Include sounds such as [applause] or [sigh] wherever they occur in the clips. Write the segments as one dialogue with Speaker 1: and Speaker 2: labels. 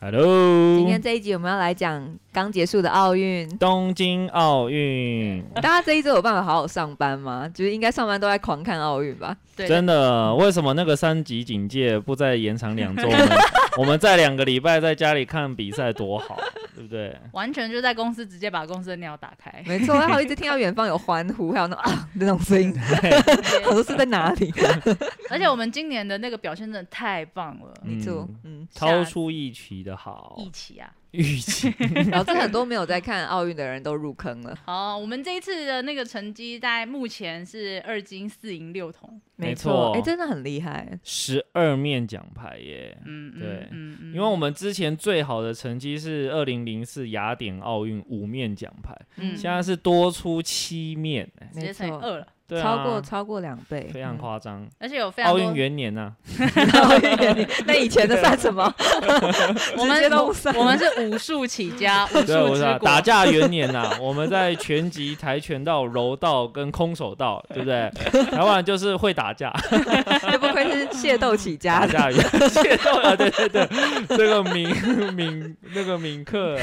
Speaker 1: Hello，
Speaker 2: 天这一集我们要来讲刚结束的
Speaker 3: [laughs]
Speaker 2: 奥运。
Speaker 1: 东京奥运，
Speaker 2: 大家这一周有办法好好上班吗？就是应该上班都在狂看奥运吧？。
Speaker 4: 对
Speaker 3: 真的，为什么那个三级警戒不再延长两周呢？我们在两个礼拜在家里看比赛多好， [laughs] 对不对？
Speaker 5: 完全就在公司直接把公司的鸟打开
Speaker 2: 没 [laughs] 错，他会一直听到远方有欢呼，还有那种
Speaker 3: [laughs]
Speaker 2: 啊那种声音，我说是在哪里？
Speaker 5: 而且我们今年的那个表现真的太棒了，
Speaker 2: [laughs] 没错
Speaker 3: 嗯，
Speaker 2: 嗯，
Speaker 3: 超出预期的好，
Speaker 5: 一起啊！
Speaker 3: 预期
Speaker 2: [laughs] 导致很多没有在看奥运的人都入坑了。
Speaker 5: 好，我们这一次的那个成绩在目前是二金四银六铜。
Speaker 3: 没错
Speaker 2: 哎，真的很厉害。
Speaker 3: [laughs] 十二面奖牌耶。
Speaker 5: 嗯，嗯
Speaker 3: 对
Speaker 5: 嗯嗯
Speaker 3: 因为我们之前最好的成绩是二零零四雅典奥运五面奖牌，
Speaker 5: 嗯
Speaker 3: 现在是多出七面、哎
Speaker 5: 直接
Speaker 2: 没
Speaker 5: 乘以
Speaker 2: 错，
Speaker 5: 二了，
Speaker 3: 对啊，
Speaker 2: 超过超过嗯两倍，
Speaker 3: 非常夸张。
Speaker 5: 而且有非常
Speaker 3: 奥
Speaker 5: 多
Speaker 3: 运元年啊呐、
Speaker 2: 奥运元年 [laughs] 那以前的算
Speaker 3: [laughs]
Speaker 2: 什么？
Speaker 5: 我
Speaker 2: 直
Speaker 5: 们
Speaker 2: 接
Speaker 5: 是
Speaker 2: 弄散
Speaker 5: 我们是武术起家，武
Speaker 3: 对，我
Speaker 5: 术
Speaker 3: 知
Speaker 5: 之
Speaker 3: 道
Speaker 5: 国。
Speaker 3: 打架元年呐、我们在拳击、 [laughs] 跆拳道、柔道跟空手道，对不对？台湾就是会打架，
Speaker 2: 这不愧是械斗起家
Speaker 3: [laughs] 打
Speaker 2: 的。
Speaker 3: 架元械斗啊，对对对，这个闽闽那个闽客啊，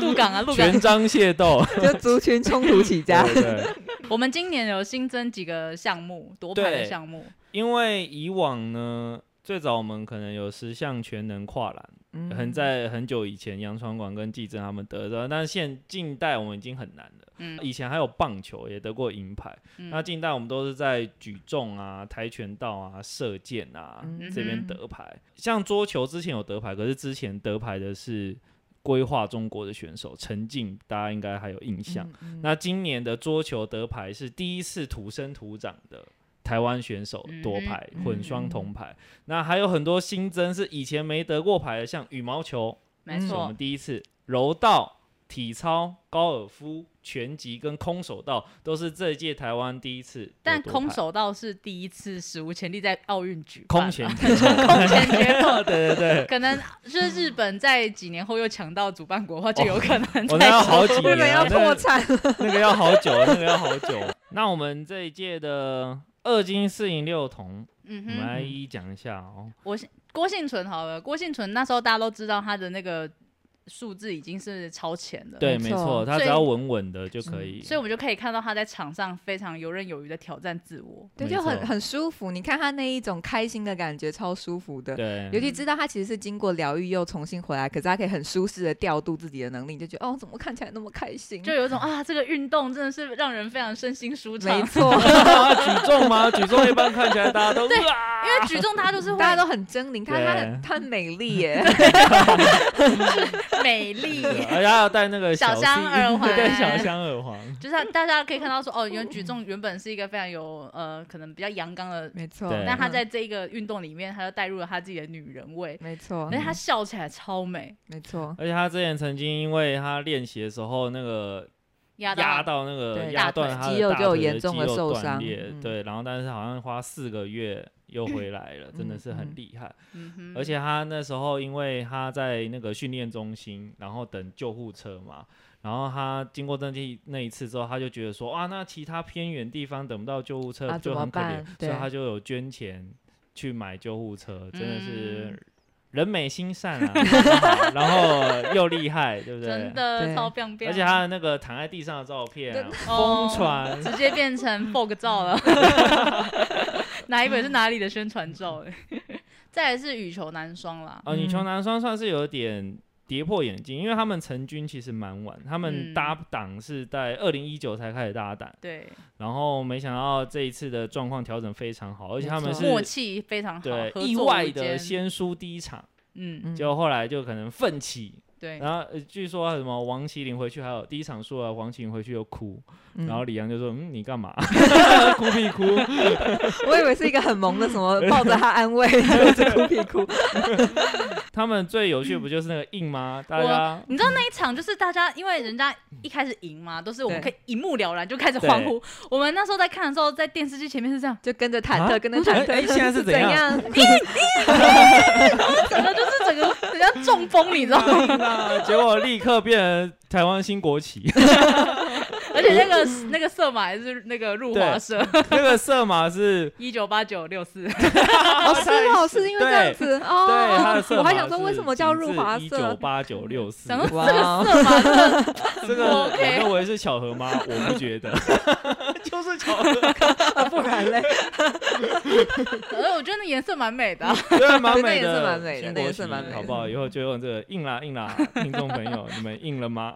Speaker 5: 鹿港啊，鹿港
Speaker 3: 全。章械斗，
Speaker 2: 就族群冲突起家。
Speaker 3: 对对。
Speaker 5: 我们今年有新增几个项目，夺牌的
Speaker 3: 对
Speaker 5: 项目。
Speaker 3: [laughs] 因为以往呢，最早我们可能有十项全能跨栏，
Speaker 2: 嗯
Speaker 3: 很在很久以前，杨传广跟纪政他们得的，但是现近代我们已经很难了。
Speaker 5: 嗯，
Speaker 3: 以前还有棒球也得过银牌。
Speaker 5: 嗯
Speaker 3: 那近代我们都是在举重啊、跆拳道啊、射箭啊、
Speaker 2: 嗯
Speaker 3: 这边
Speaker 5: 哼
Speaker 3: 得牌。像桌球之前有得牌，可是之前得牌的是规划中国的选手陈静，大家应该还有印象。
Speaker 2: 嗯
Speaker 3: 那今年的桌球得牌是第一次土生土长的台湾选手夺牌、
Speaker 2: 嗯
Speaker 3: 混双铜牌。那还有很多新增是以前没得过牌的，像羽毛球
Speaker 5: 没
Speaker 3: 是我
Speaker 5: 错
Speaker 3: 们，第一次柔道。体操、高尔夫、拳击跟空手道都是这一届台湾第一次有
Speaker 5: 但
Speaker 3: 夺
Speaker 5: 空
Speaker 3: 牌
Speaker 5: 手道是第一次史无前例在奥运举办啊
Speaker 3: 空前
Speaker 5: 空前绝后，
Speaker 3: 对对
Speaker 5: [laughs]
Speaker 3: 对，
Speaker 5: 可能就是日本在几年后又抢到主办国的话，就有可能 [laughs]
Speaker 3: 我那要好几
Speaker 2: 日本
Speaker 3: 年
Speaker 2: 要
Speaker 3: 啊，
Speaker 2: 破
Speaker 3: 那
Speaker 2: 产了，
Speaker 3: 那个要好久，啊那个要好久。那我们这一届的二金四银六铜，
Speaker 5: 嗯
Speaker 3: 我们
Speaker 5: 哼，
Speaker 3: 来一一讲一下哦。
Speaker 5: 郭幸存好了，郭幸存那时候大家都知道他的那个数字已经是超前了，
Speaker 3: 对，
Speaker 2: 没
Speaker 3: 没
Speaker 2: 错
Speaker 3: 错，他
Speaker 5: 所
Speaker 3: 只
Speaker 5: 以
Speaker 3: 要稳稳的就可以。
Speaker 5: 所以我们就可以看到他在场上非常游刃有余的挑战自我。
Speaker 2: 对，
Speaker 3: 没
Speaker 2: 就很
Speaker 3: 错
Speaker 2: 很舒服。你看他那一种开心的感觉，超舒服的。尤 [laughs]
Speaker 3: 对，
Speaker 2: 其知道他其实是经过疗愈又重新回来，可是他可以很舒适的调度自己的能力，你就觉得哦，怎么看起来那么开心？
Speaker 5: 就有一种啊，这个运动真的是让人非常身心舒畅
Speaker 2: 没。错，
Speaker 3: [laughs] 举重吗？举重一般看起来大家都
Speaker 5: 对
Speaker 3: 哇
Speaker 5: 因为举重它 [laughs] 就是会
Speaker 2: 大家都很狰狞，他他
Speaker 3: 对
Speaker 2: 很他很美
Speaker 3: [laughs]
Speaker 2: 丽耶，
Speaker 5: 美丽， [laughs]
Speaker 3: 对而且还要戴那个
Speaker 5: 小香
Speaker 3: C-
Speaker 5: 耳
Speaker 3: [laughs]
Speaker 5: 环
Speaker 3: 对，小香耳环。
Speaker 5: 就是它大家可以看到说，哦，原举重原本是一个非常有呃，可能比较阳刚的
Speaker 2: 没错。
Speaker 3: 对
Speaker 5: 但他在这一个运动里面，他就带入了他自己的女人味，
Speaker 2: 没错
Speaker 5: 而且他笑起来超美，
Speaker 2: 没
Speaker 3: [laughs]
Speaker 2: 错，
Speaker 3: 而且他之前曾经因为他练习的时候，那个
Speaker 5: 压到
Speaker 3: 压到那个
Speaker 2: 对
Speaker 3: 压断
Speaker 2: 大
Speaker 3: 他
Speaker 2: 腿
Speaker 3: 的
Speaker 2: 肌肉
Speaker 3: 大腿
Speaker 2: 就有严重的
Speaker 3: 的肌肉
Speaker 2: 受
Speaker 3: 断
Speaker 2: 伤
Speaker 3: 裂
Speaker 2: 嗯
Speaker 3: 对，然后但是好像花四个月又回来
Speaker 2: [clears throat]
Speaker 3: 了，真的是
Speaker 2: 嗯
Speaker 3: 很厉害。
Speaker 5: 嗯哼，
Speaker 3: 而且他那时候因为他在那个训练中心，然后等救护车嘛，然后他经过那地那一次之后，他就觉得说，哇，那其他偏远地方等不到救护车、
Speaker 2: 啊
Speaker 3: 就
Speaker 2: 怎么
Speaker 3: 很可怜
Speaker 2: 办，
Speaker 3: 所以
Speaker 2: 对
Speaker 3: 他就有捐钱去买救护车，真的
Speaker 5: 嗯
Speaker 3: 是人美心善啊，很好然后又厉害，对不对？
Speaker 5: 真的
Speaker 2: 对
Speaker 5: 超棒棒，
Speaker 3: 而且他的那个躺在地上的照片啊、
Speaker 5: 哦
Speaker 3: 疯传，
Speaker 5: 直接变成 fog
Speaker 3: [laughs]
Speaker 5: 照了，哪一本是哪里的宣传照？ [laughs] 再来是羽球男双啦，
Speaker 3: 呃，女球
Speaker 2: 嗯
Speaker 3: 男双算是有点跌破眼镜，因为他们成军其实蛮晚，他们
Speaker 5: 嗯
Speaker 3: 搭档是在二零一九才开始搭档，
Speaker 5: 对，
Speaker 3: 然后没想到这一次的状况调整非常好，而且他们
Speaker 2: 没
Speaker 3: 是
Speaker 2: 错
Speaker 5: 默契非常好，
Speaker 3: 对
Speaker 5: 合
Speaker 3: 意
Speaker 5: 作
Speaker 3: 外
Speaker 5: 无
Speaker 3: 的
Speaker 5: 间，
Speaker 3: 先输第一场，
Speaker 5: 嗯，
Speaker 2: 嗯
Speaker 3: 结果后来就可能奋起
Speaker 5: 对，
Speaker 3: 然后呃据说什么王麒麟回去还有第一场输了，王麒麟回去又哭，然后李阳就说：“嗯，你
Speaker 5: [laughs]
Speaker 3: 干嘛？哭屁哭
Speaker 2: 我以为是一个很萌的什么，抱着
Speaker 3: [laughs]
Speaker 2: 他安慰，就是哭屁哭。！”
Speaker 3: 他们最有趣不就是那个硬吗？大
Speaker 5: 我
Speaker 3: 家
Speaker 5: 你知道那一场就是大家，因为人家一开始赢嘛，都是我们可
Speaker 2: 对
Speaker 5: 以一目了然就开始欢呼。我们那时候在看的时候，在电视机前面是这样，
Speaker 2: 就跟着忐忑，
Speaker 3: 啊
Speaker 2: 跟着忐忑。
Speaker 3: 哎哎现在是
Speaker 2: [laughs] 是
Speaker 3: 怎样
Speaker 2: 样？
Speaker 5: 整个就是整个人家中风，你知道
Speaker 3: [laughs]
Speaker 5: 吗？
Speaker 3: 那结果立刻变成台湾新国旗，
Speaker 5: 而且那个那个色码还是那个入华社，
Speaker 3: 那个色码
Speaker 2: [laughs]
Speaker 3: 是
Speaker 5: 一九八九六四， [laughs]
Speaker 2: 哦，是哦，是因为这样子哦。
Speaker 3: 对它的色码，
Speaker 2: 我还想说为什么叫入华
Speaker 3: 一九
Speaker 2: 色？ [laughs]
Speaker 3: 八九六四
Speaker 5: 想，说
Speaker 2: 哇
Speaker 5: 这个色码真的
Speaker 3: [laughs] 这个
Speaker 5: 我
Speaker 3: 我
Speaker 5: OK
Speaker 3: 认为是巧合吗？我不觉得， [laughs] 就是巧合， [laughs]
Speaker 2: 不然嘞，
Speaker 5: 呃，我觉得那颜色蛮美的啊、
Speaker 3: 对，蛮美
Speaker 2: 那也是
Speaker 3: 的，
Speaker 2: 蛮美的
Speaker 3: 新
Speaker 2: 那也
Speaker 3: 国
Speaker 2: 是
Speaker 3: 旗
Speaker 2: 蛮美的
Speaker 3: 好不好？以后就用这个硬啦硬
Speaker 2: [laughs]
Speaker 3: 啦，听众朋友，你们硬了吗？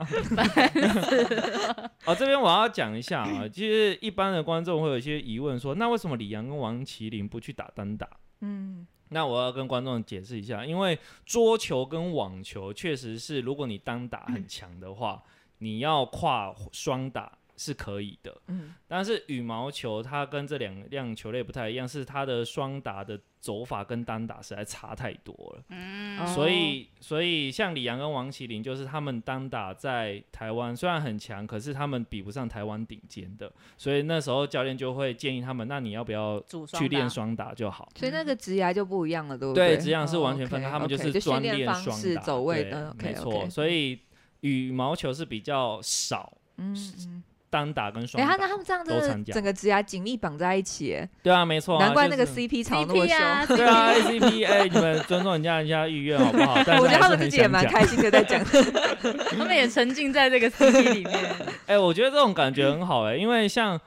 Speaker 3: 哦，这边我要讲一下啊，其实一般的观众会有一些疑问说，那为什么李阳跟王麒麟不去打单打？
Speaker 2: 嗯，
Speaker 3: 那我要跟观众解释一下，因为桌球跟网球确实是，如果你单打
Speaker 5: 嗯
Speaker 3: 很强的话，你要跨双打是可以的。
Speaker 2: 嗯
Speaker 3: 但是羽毛球它跟这两样球类不太一样，是它的双打的走法跟单打实在差太多了。
Speaker 5: 嗯，
Speaker 3: 所以，所以像李阳跟王麒麟，就是他们单打在台湾虽然很强，可是他们比不上台湾顶尖的。所以那时候教练就会建议他们，那你要不要
Speaker 5: 组哦双
Speaker 3: 去练
Speaker 5: 打
Speaker 3: 双打就好？
Speaker 2: 所以那个职涯就不一样了，对
Speaker 3: 嗯
Speaker 2: 不
Speaker 3: 对，
Speaker 2: 对，
Speaker 3: 职样是完全分开，
Speaker 2: 哦
Speaker 3: 他们
Speaker 2: OK，
Speaker 3: 是
Speaker 2: 就训
Speaker 3: 专
Speaker 2: 练
Speaker 3: 练
Speaker 2: 方
Speaker 3: 双
Speaker 2: 式
Speaker 3: 打，
Speaker 2: 走位
Speaker 3: 对
Speaker 2: 的，
Speaker 3: 没错。所以羽毛球是比较少
Speaker 2: 嗯，嗯
Speaker 3: 单打跟
Speaker 2: 哎，
Speaker 3: 双
Speaker 2: 他
Speaker 3: 打
Speaker 2: 那，他们这样
Speaker 3: 都参
Speaker 2: 真的
Speaker 3: 加
Speaker 2: 整个职涯紧密绑在一起，哎
Speaker 3: 对啊，没错啊，
Speaker 2: 难怪
Speaker 3: 就
Speaker 2: 那个
Speaker 3: 是
Speaker 2: CP 吵那么
Speaker 5: CP 啊
Speaker 2: 凶。
Speaker 3: 对啊，A C P，哎，你们尊重人家人家意愿好不
Speaker 2: [laughs]
Speaker 3: 好？
Speaker 5: 啊
Speaker 3: 但是
Speaker 2: 我觉
Speaker 3: 还
Speaker 2: 得他
Speaker 3: 是
Speaker 2: 们
Speaker 3: 很
Speaker 2: 自己也
Speaker 3: 想
Speaker 2: 蛮
Speaker 3: 讲
Speaker 2: 开心的，在讲。 [laughs]
Speaker 5: 他们也沉浸在这个 CP 里面。 [laughs]
Speaker 3: 哎、我觉得这种感
Speaker 5: 嗯
Speaker 3: 觉很好哎、因为像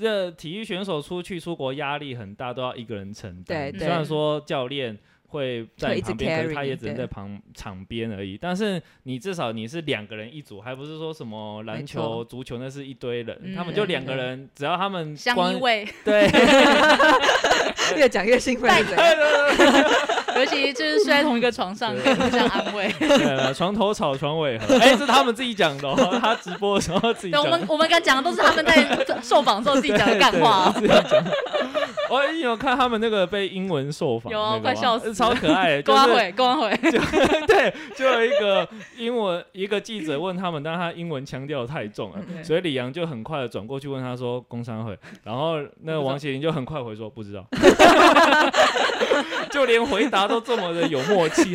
Speaker 3: 这体育选手出去出国压力很大，都要一个人承担。
Speaker 2: 对
Speaker 3: 虽然说教练会在你旁边，
Speaker 2: 会一
Speaker 3: 可是
Speaker 2: 直
Speaker 3: 他
Speaker 2: carry
Speaker 3: 也只能
Speaker 2: 你对
Speaker 3: 在旁场边而已。但是你至少你是两个人一组，还不是说什么篮
Speaker 2: 没
Speaker 3: 球、
Speaker 2: 错
Speaker 3: 足球那是一堆人，
Speaker 5: 嗯
Speaker 3: 他们就两个人，只要他们
Speaker 5: 相依
Speaker 3: 关
Speaker 5: 偎，
Speaker 3: 对 [laughs]
Speaker 2: 越讲越兴奋
Speaker 5: 带
Speaker 2: 是怎样，
Speaker 5: 尤其就是睡在同一个床上，可以互相安慰。
Speaker 3: 对呃床头吵床尾和，哎、这是他们自己讲的、哦，他直播的时候自己
Speaker 5: 对，
Speaker 3: 讲
Speaker 5: 我
Speaker 3: 的。
Speaker 5: 们我们刚讲的都是他们在受访时候自己讲的干话哦。
Speaker 3: 我你有看他们那个被英文受访那
Speaker 5: 有
Speaker 3: 个吗，
Speaker 5: 啊快笑死
Speaker 3: 超可
Speaker 5: [laughs]
Speaker 3: 爱的，就
Speaker 5: 关
Speaker 3: 是
Speaker 5: 会，关会，
Speaker 3: [laughs]
Speaker 5: [laughs]
Speaker 3: 对，就有一个英文一个记者问他们，但他英文腔调太重了，
Speaker 5: 嗯对
Speaker 3: 所以李阳就很快的转过去问他说工商会，然后那个王麒麟就很快回说不知
Speaker 5: [laughs]
Speaker 3: 道， [laughs] 就连回答都这么的有默契，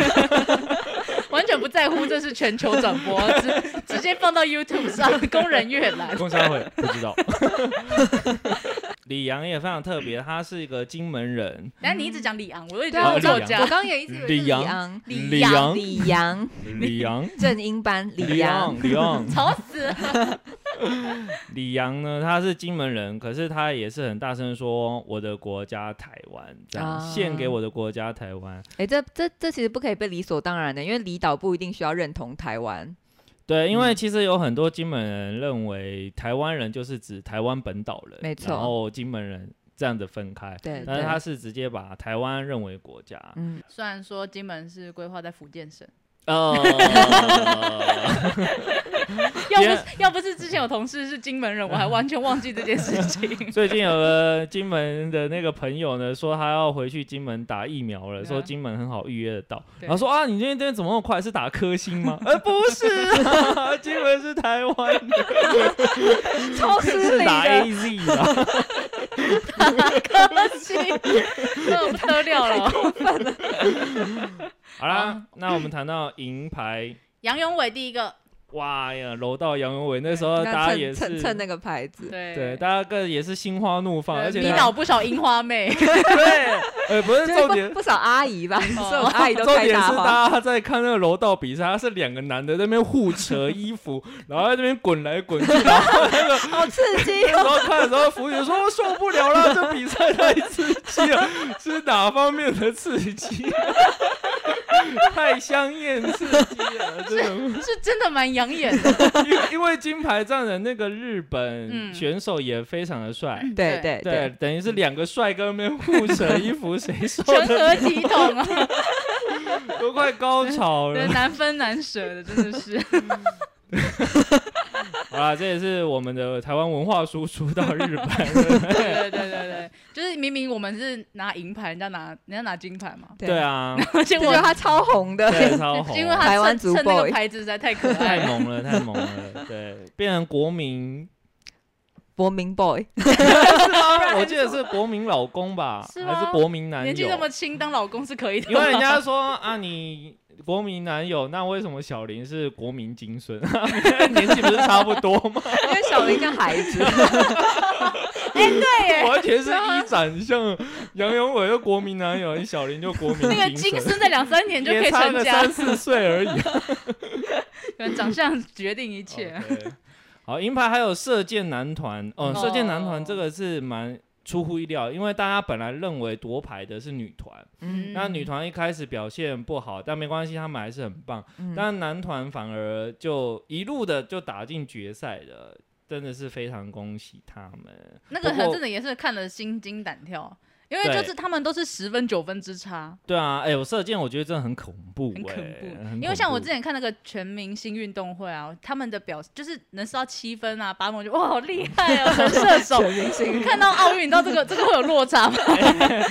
Speaker 3: [laughs]
Speaker 5: 完全不在乎这是全球转播，直 [laughs] 直接放到 YouTube 上， [laughs] 工人阅览。
Speaker 3: 工商会不知道。 [laughs] 李阳也非常特别，他是一个金门人，
Speaker 5: 但你一直讲李昂，我也觉
Speaker 2: 对
Speaker 5: 得
Speaker 2: 啊，
Speaker 5: 我
Speaker 2: 我
Speaker 5: 作
Speaker 2: 刚我
Speaker 5: 家。
Speaker 2: 刚也一直以为是
Speaker 3: 李
Speaker 2: 李
Speaker 3: 阳
Speaker 2: 昂、
Speaker 3: 李阳
Speaker 2: 李阳、
Speaker 3: 李阳，
Speaker 2: 正音班李阳，，
Speaker 3: 李阳，
Speaker 5: 吵死了！ [laughs]
Speaker 3: 李阳呢，他是金门人，可是他也是很大声说我的国家台湾，这样、
Speaker 2: 啊
Speaker 3: 献给我的国家台湾。
Speaker 2: 哎，这这这其实不可以被理所当然的，因为离岛不一定需要认同台湾。
Speaker 3: 对，因
Speaker 2: 嗯
Speaker 3: 为其实有很多金门人认为台湾人就是指台湾本岛人，
Speaker 2: 没错
Speaker 3: 然后金门人这样子分开。
Speaker 2: 对，
Speaker 3: 但是
Speaker 2: 对
Speaker 3: 他是直接把台湾认为国家，
Speaker 2: 嗯，
Speaker 5: 虽然说金门是规划在福建省，
Speaker 2: [laughs]
Speaker 3: 呃，
Speaker 5: [laughs] 要不是要不是之前有同事是金门人，我还完全忘记这件事
Speaker 3: [laughs]
Speaker 5: 情。
Speaker 3: 最近有个金门的那个朋友呢，说他要回去金门打疫苗了，
Speaker 5: 对啊
Speaker 3: 说金门很好预约得到，
Speaker 5: 对
Speaker 3: 然后说啊，你那边怎么那么快？是打科兴吗？呃，不是、 [laughs] 啊，金门是台湾的，
Speaker 5: 超失
Speaker 3: 是
Speaker 5: 礼
Speaker 3: 打
Speaker 5: 的，
Speaker 3: A Z 的。
Speaker 5: 可惜，那我不得了了。
Speaker 3: 好啦，那我们谈到银牌，
Speaker 5: 杨永伟第一个，
Speaker 3: 哇呀，楼到杨永伟那时候大
Speaker 2: 那
Speaker 3: 家
Speaker 2: 蹭
Speaker 3: 呃也
Speaker 2: 蹭
Speaker 3: 是
Speaker 2: 蹭那个牌子，
Speaker 5: 对
Speaker 3: 对，大家个也是心花怒放，而且
Speaker 5: 迷倒不少樱花妹， [laughs]
Speaker 3: 对，呃，不
Speaker 2: [laughs]
Speaker 3: 是
Speaker 2: 就
Speaker 3: 重
Speaker 2: 是
Speaker 3: 点
Speaker 2: 不。不少阿姨 [laughs] 吧，所有阿姨都
Speaker 3: 重
Speaker 2: 开
Speaker 3: 点
Speaker 2: 大
Speaker 3: 是
Speaker 2: 花。
Speaker 3: 大家在看那个柔道比赛，他是两个男的在那边互扯衣服，
Speaker 2: [laughs]
Speaker 3: 然后在那边滚来滚去，然后
Speaker 2: 好刺激
Speaker 3: 那时
Speaker 2: 哦！
Speaker 3: 候看的时候，服务员说受不了了，这比赛太刺激了，是哪方面的刺激？
Speaker 2: [laughs]
Speaker 3: 太香艳刺激了，这种。
Speaker 5: 是真的蛮养眼的。
Speaker 3: 因为因为金牌战的那个日本
Speaker 5: 嗯
Speaker 3: 选手也非常的帅，
Speaker 2: 对嗯对
Speaker 3: 对，
Speaker 2: 对， [laughs]
Speaker 3: 等于是两个帅哥们互扯衣服，谁受得
Speaker 5: 成何
Speaker 3: 了？
Speaker 5: 体统啊！
Speaker 3: 都快高潮
Speaker 5: 对，
Speaker 3: 了。
Speaker 5: 难分难舍的，真的是。
Speaker 3: [laughs] 好啦，这也是我们的台湾文化输出到日
Speaker 5: [laughs]
Speaker 3: 本。
Speaker 5: 对对对对对，就是明明我们是拿银牌，人家拿人家拿金牌嘛，
Speaker 3: 对，啊，
Speaker 5: 结
Speaker 2: 这就
Speaker 5: 果
Speaker 2: 是他超红的， [laughs]
Speaker 3: 对，啊超红，
Speaker 5: [laughs] 因为
Speaker 2: 台
Speaker 5: 他衬
Speaker 2: 湾族
Speaker 5: 衬那个
Speaker 2: boy
Speaker 5: 牌子实在太可
Speaker 3: [laughs]
Speaker 5: 爱
Speaker 3: 太
Speaker 5: 了，
Speaker 3: 萌了，太萌了，对，变成国
Speaker 5: [laughs]
Speaker 3: 民，
Speaker 2: 国民 boy，
Speaker 3: [laughs] 我记得是国民老公吧，
Speaker 5: 是吗
Speaker 3: 还是国民男
Speaker 5: 年纪那么
Speaker 3: 友？
Speaker 5: 轻当老公是可以的
Speaker 3: 因
Speaker 5: 吗，
Speaker 3: 为人家说啊，你国民男友，那为什么小林是国民金孙？ [laughs] 年纪不是差不多
Speaker 5: [laughs]
Speaker 3: 吗？
Speaker 2: 因为小林像孩 [laughs] 子，
Speaker 3: 完全是一展像杨永伟就国民男友，你小林就国民
Speaker 5: 那个
Speaker 3: 金
Speaker 5: 金
Speaker 3: 孙，
Speaker 5: 孙在两三年就可以
Speaker 3: 也差
Speaker 5: 成
Speaker 3: 个
Speaker 5: 家
Speaker 3: 三，四岁而已。
Speaker 5: 可能长相决定一切。
Speaker 3: 哦 OK 好，银牌还有射箭男团，嗯，
Speaker 5: 哦
Speaker 3: 射箭男团这个是蛮出乎意料，因为大家本来认为夺牌的是女团，
Speaker 2: 嗯
Speaker 3: 那女团一开始表现不好，但没关系，他们还是很棒。
Speaker 2: 嗯
Speaker 3: 但男团反而就一路的就打进决赛了，真的是非常恭喜他们。
Speaker 5: 那个
Speaker 3: 不
Speaker 5: 很
Speaker 3: 过
Speaker 5: 真的也是看了心惊胆跳，因为
Speaker 3: 对
Speaker 5: 就是他们都是十分九分之差，
Speaker 3: 对啊，哎、我射箭我觉得真的很恐怖、
Speaker 5: 很恐
Speaker 3: 哎
Speaker 5: 怖。
Speaker 3: 很
Speaker 5: 因为像我之
Speaker 3: 恐
Speaker 5: 前看那个全明星运动会啊，他们的表就是能射到七分啊，八分我就哇好厉害
Speaker 3: [laughs]
Speaker 5: 啊，神射手。
Speaker 2: 全明星，
Speaker 5: 看到奥运，你知道这个这个会有落
Speaker 3: [laughs]
Speaker 5: 差吗？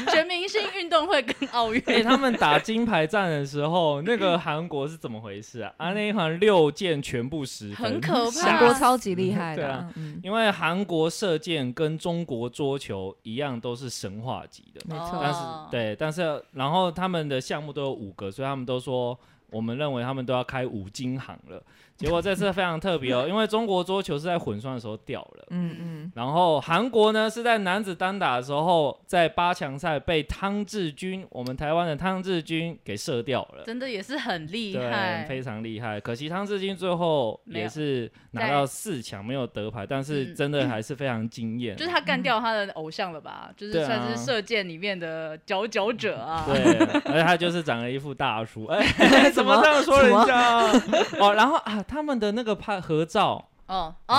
Speaker 5: 全明星运动会跟奥运
Speaker 3: 哎
Speaker 5: 哦
Speaker 3: 怖，哎、
Speaker 5: [laughs]
Speaker 3: 他们打金牌战的时候，那个韩国是怎么回事啊？啊，那一团六箭全部十分，
Speaker 5: 很可怕
Speaker 2: 韩
Speaker 3: 吓
Speaker 2: 国
Speaker 3: 死
Speaker 2: 超级厉害
Speaker 3: 对
Speaker 2: 的
Speaker 3: 啊
Speaker 2: 啊，嗯，
Speaker 3: 因为韩国射箭跟中国桌球一样，都是神话级的，
Speaker 2: 没
Speaker 5: 哦
Speaker 2: 错，
Speaker 3: 但是对，但是然后他们的项目都有五个，所以他们都说，我们认为他们都要开五金行了。结果这次非常特别哦，因为中国桌球是在混双的时候掉了，
Speaker 2: 嗯嗯，
Speaker 3: 然后韩国呢是在男子单打的时候，在八强赛被汤志军，我们台湾的汤志军给射掉了。
Speaker 5: 真的也是很厉
Speaker 3: 对，
Speaker 5: 害，
Speaker 3: 非常厉害。可惜汤志军最后
Speaker 5: 没
Speaker 3: 也
Speaker 5: 有
Speaker 3: 是拿
Speaker 5: 在
Speaker 3: 到四强，没有得牌，但是
Speaker 5: 嗯
Speaker 3: 真的还是非常惊艳。
Speaker 5: 就是他干掉他的偶像了吧？就是
Speaker 3: 对啊
Speaker 5: 算是射箭里面的佼佼者啊。
Speaker 3: 对，而且他就是长了一副大叔，哎，
Speaker 5: [laughs]
Speaker 3: 怎么
Speaker 2: 么
Speaker 3: 这样说人
Speaker 2: 什么
Speaker 3: 家啊？哦，然后啊，他们的那个拍合照
Speaker 5: 哦
Speaker 3: 哦，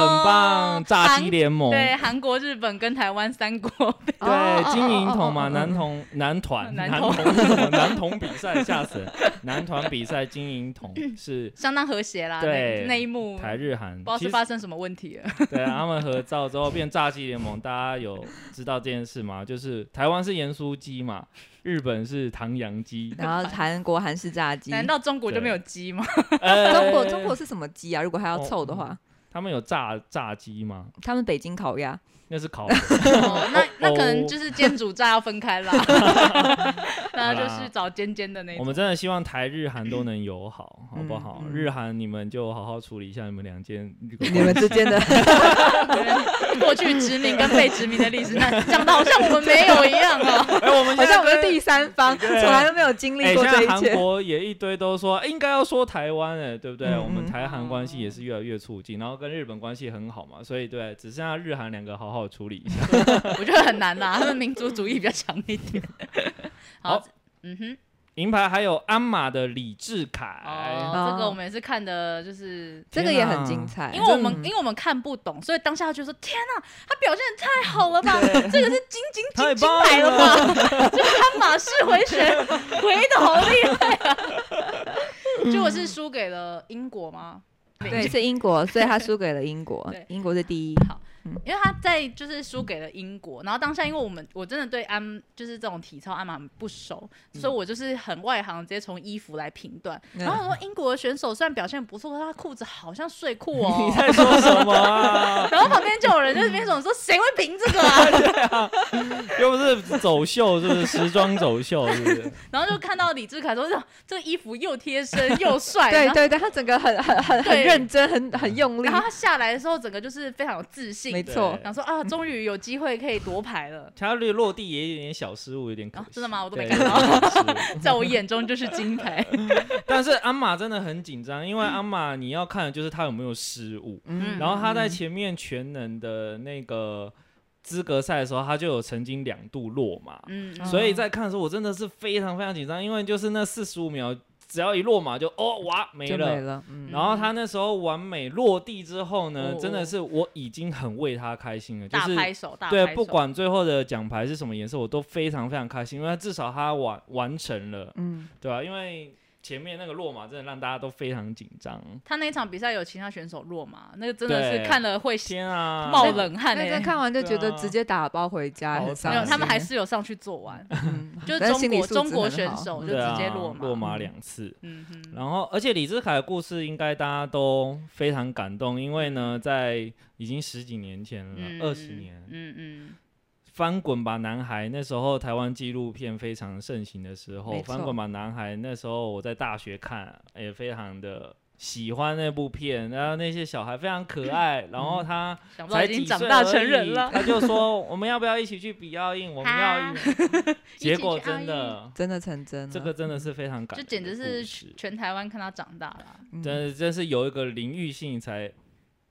Speaker 3: 很棒，炸鸡
Speaker 5: 韩
Speaker 3: 联盟，
Speaker 5: 对，韩国、日本跟台湾三国， [laughs]
Speaker 2: 哦
Speaker 3: 对，金银铜嘛，
Speaker 2: 哦哦哦哦
Speaker 3: 男童男团，
Speaker 5: 男
Speaker 3: 男童
Speaker 5: 童
Speaker 3: 什么男童比赛，吓死人，男团比赛金银铜是
Speaker 5: 相当和谐啦。
Speaker 3: 对
Speaker 5: 那那一幕，
Speaker 3: 台日韩
Speaker 5: 嗯不知，道
Speaker 3: 其
Speaker 5: 是
Speaker 3: 实
Speaker 5: 发生什么问题了。
Speaker 3: [laughs] 对啊他们合照之后变炸鸡联盟，大家有知道这件事吗？就是台湾是盐酥鸡嘛，日本是唐扬
Speaker 2: [laughs]
Speaker 3: 鸡，
Speaker 2: 然后韩国韩式炸鸡，
Speaker 5: 难道中国就没有鸡吗？
Speaker 3: 呃
Speaker 2: 中国中国是什么鸡啊？如果还要
Speaker 3: 哦
Speaker 2: 凑的话，
Speaker 3: 他们有炸炸鸡吗？
Speaker 2: 他们北京烤 [laughs] 鸭，
Speaker 3: 那是烤
Speaker 5: [laughs] 哦那那可能就是煎煮炸要分开
Speaker 3: [laughs]
Speaker 5: 啦。 [laughs] 那就是找尖尖的那
Speaker 3: 我
Speaker 5: 种。
Speaker 3: 们真的希望台日韩都能友好，好不好？
Speaker 2: 嗯嗯
Speaker 3: 日韩你们就好好处理一下你们两件这个
Speaker 2: 你们之 [laughs] 间的
Speaker 5: 过去殖民跟被殖民
Speaker 3: [laughs]
Speaker 5: 的历史，那讲的好像我们没有一样啊。 [laughs]
Speaker 3: 哎，我们
Speaker 2: 好
Speaker 3: 现
Speaker 2: 像
Speaker 3: 在
Speaker 2: 我们是
Speaker 3: 跟
Speaker 2: 第三方，从来都没有经
Speaker 3: 哎，现
Speaker 2: 历过这
Speaker 3: 在
Speaker 2: 一
Speaker 3: 韩
Speaker 2: 切。
Speaker 3: 国也一堆都说哎应该要说台湾哎，对不对？
Speaker 2: 嗯
Speaker 3: 我们
Speaker 2: 嗯
Speaker 3: 台韩关系也是越来越促进，然后跟日本关系很好嘛，所以对，只剩下日韩两个好好处理一下。
Speaker 5: 我觉得很难啊呐，他们民族主义比较强一点。 [laughs] 好
Speaker 3: 好，
Speaker 5: 嗯哼，
Speaker 3: 银牌还有鞍马的李志凯，
Speaker 5: 哦，这个我们也是看的，就是
Speaker 2: 这个也很精彩，
Speaker 5: 因为我们因为我们看不懂，所以当下就说：“天哪，他表现的太好了吧！这个是金金
Speaker 3: 太
Speaker 5: 金金
Speaker 3: 棒
Speaker 5: 牌了
Speaker 3: 了
Speaker 5: 吧？ [laughs] 这个他马式回旋回的好厉害 [laughs] 啊！”结果是输给了英国吗？
Speaker 2: 对是英国，所以他输给了英 [laughs] 国
Speaker 5: 对，
Speaker 2: 英国是第一。
Speaker 5: 因为他在就是输给了英国，然后当下因为我们我真的对鞍就是这种体操鞍马很不熟，
Speaker 3: 嗯
Speaker 5: 所以我就是很外行，直接从衣服来评断。
Speaker 2: 嗯
Speaker 5: 然后我说英国的选手虽然表现不错，可是他裤子好像睡
Speaker 3: [laughs]
Speaker 5: 裤哦。
Speaker 3: 你在说什么啊？
Speaker 5: 然后旁边就有人就是边说
Speaker 3: [laughs]
Speaker 5: 说谁会评这个啊？
Speaker 3: 又不是走秀，是不是时装走秀？是不是？
Speaker 2: [laughs]
Speaker 5: 然后就看到李志凯说 [laughs] 这这衣服又贴
Speaker 2: [laughs]
Speaker 5: 身又帅，
Speaker 2: 对
Speaker 5: 然后
Speaker 2: 对对，他整个很很很很
Speaker 5: 对
Speaker 2: 认真，很
Speaker 3: 嗯
Speaker 2: 很用力
Speaker 5: 然，后他下来的时候整个就是非常有自信，
Speaker 2: 没错
Speaker 3: 对。。
Speaker 5: 然后说啊，终于有机会可以夺牌了
Speaker 2: [laughs]
Speaker 3: 他略落地也有点小失误，有点可惜。
Speaker 5: 啊真的吗我都没
Speaker 3: 对
Speaker 5: 看。到
Speaker 3: 有点小失误
Speaker 5: 在我眼中就是金
Speaker 2: [laughs]
Speaker 5: 牌，
Speaker 3: 但是鞍马真的很紧张，因为鞍马你要看的就是他有没有失误。
Speaker 5: 嗯
Speaker 3: 然后他在前面全能的那个资格赛的时候，他就有曾经两度落马，
Speaker 5: 嗯，
Speaker 2: 嗯
Speaker 3: 所以在看的时候我真的是非常非常紧张，因为就是那四十五秒。只要一落马就哦哇没
Speaker 2: 就
Speaker 3: 了。
Speaker 2: 没了。嗯，
Speaker 3: 然后他那时候完美落地之后呢，
Speaker 5: 哦
Speaker 3: 真的是我已经很为他开心了，就
Speaker 5: 大
Speaker 3: 是
Speaker 5: 拍手，大
Speaker 3: 对
Speaker 5: 拍，手
Speaker 3: 不管最后的奖牌是什么颜色，我都非常非常开心，因为他至少他完完成了，
Speaker 2: 嗯，
Speaker 3: 对吧、因为前面那个落马真的让大家都非常紧张，
Speaker 5: 他那一场比赛有其他选手落马，那个真的
Speaker 3: 对
Speaker 5: 是看了会
Speaker 3: 天啊，
Speaker 5: 冒冷汗
Speaker 2: 那
Speaker 5: 欸
Speaker 2: 天看完就觉
Speaker 3: 对
Speaker 2: 得
Speaker 3: 啊
Speaker 2: 直接打包回家，
Speaker 3: 好
Speaker 2: 很
Speaker 3: 惨
Speaker 2: 伤
Speaker 5: 没
Speaker 2: 心。
Speaker 5: 有，他们还是有上去做
Speaker 2: [laughs]
Speaker 5: 完，
Speaker 3: [laughs]
Speaker 2: 嗯
Speaker 5: 就是
Speaker 2: 但
Speaker 5: 中
Speaker 2: 心理
Speaker 5: 国
Speaker 2: 素质
Speaker 5: 中国
Speaker 2: 很
Speaker 5: 选
Speaker 2: 好
Speaker 5: 手就
Speaker 3: 对啊
Speaker 5: 直接落马。
Speaker 3: 落马两次。
Speaker 5: 嗯哼，
Speaker 3: 然后，而且李志凯的故事应该大家都非常感动，因为呢，在已经十几年前
Speaker 5: 嗯
Speaker 3: 了，二十、年，
Speaker 5: 嗯嗯，
Speaker 3: 翻滚吧男孩，那时候台湾纪录片非常盛行的时候，
Speaker 2: 没错
Speaker 3: 翻滚吧男孩，那时候我在大学看，也非常的喜欢那部片，然后那些小孩非常可
Speaker 5: 嗯
Speaker 3: 爱，然后他
Speaker 5: 想不到
Speaker 3: 才
Speaker 5: 已
Speaker 3: 几
Speaker 5: 经
Speaker 3: 岁
Speaker 5: 长大成人
Speaker 3: 而
Speaker 5: 了
Speaker 3: 已，他就说我们要不要一起去比奥运？我们
Speaker 5: [laughs]
Speaker 3: 要一， [laughs] 结果真的。
Speaker 2: 真的成真了。
Speaker 3: 这个真的是非常感
Speaker 5: 就
Speaker 3: 人的故事，
Speaker 5: 简直是全台湾看他长大了。
Speaker 2: 嗯
Speaker 3: 真的真是有一个林玉性才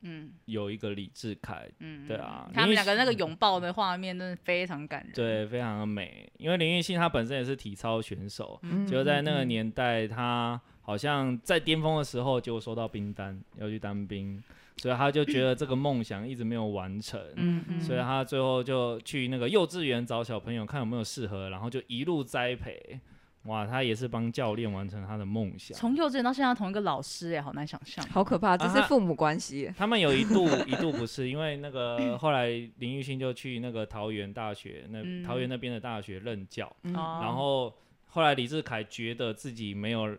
Speaker 5: 嗯
Speaker 3: 有一个李志凯，
Speaker 5: 嗯，
Speaker 3: 对啊
Speaker 5: 他
Speaker 3: 你
Speaker 5: 们两个那个拥抱的画面真的非常感人。，
Speaker 3: 对，非常的美。因为林玉信她本身也是体操选手，
Speaker 2: 嗯
Speaker 3: 就在那个
Speaker 2: 嗯嗯
Speaker 3: 年代，她好像在巅峰的时候就收到兵单，要去当兵，所以她就觉得这个梦想一直没有完成。
Speaker 5: 嗯
Speaker 2: 嗯
Speaker 3: 所以她最后就去那个幼稚园找小朋友看有没有适合，然后就一路栽培。哇，她也是帮教练完成她的梦想。
Speaker 5: 从幼稚园到现在同一个老师，哎，好难想象。
Speaker 2: 嗯好可怕，这是
Speaker 3: 啊
Speaker 2: 父母关系。
Speaker 3: 他们有一度一度不是，因为那个后来林玉信就去那个桃园大学，那、
Speaker 5: 嗯
Speaker 3: 桃园那边的大学任教，
Speaker 2: 嗯
Speaker 5: 哦
Speaker 3: 然后后来李志凯觉得自己没有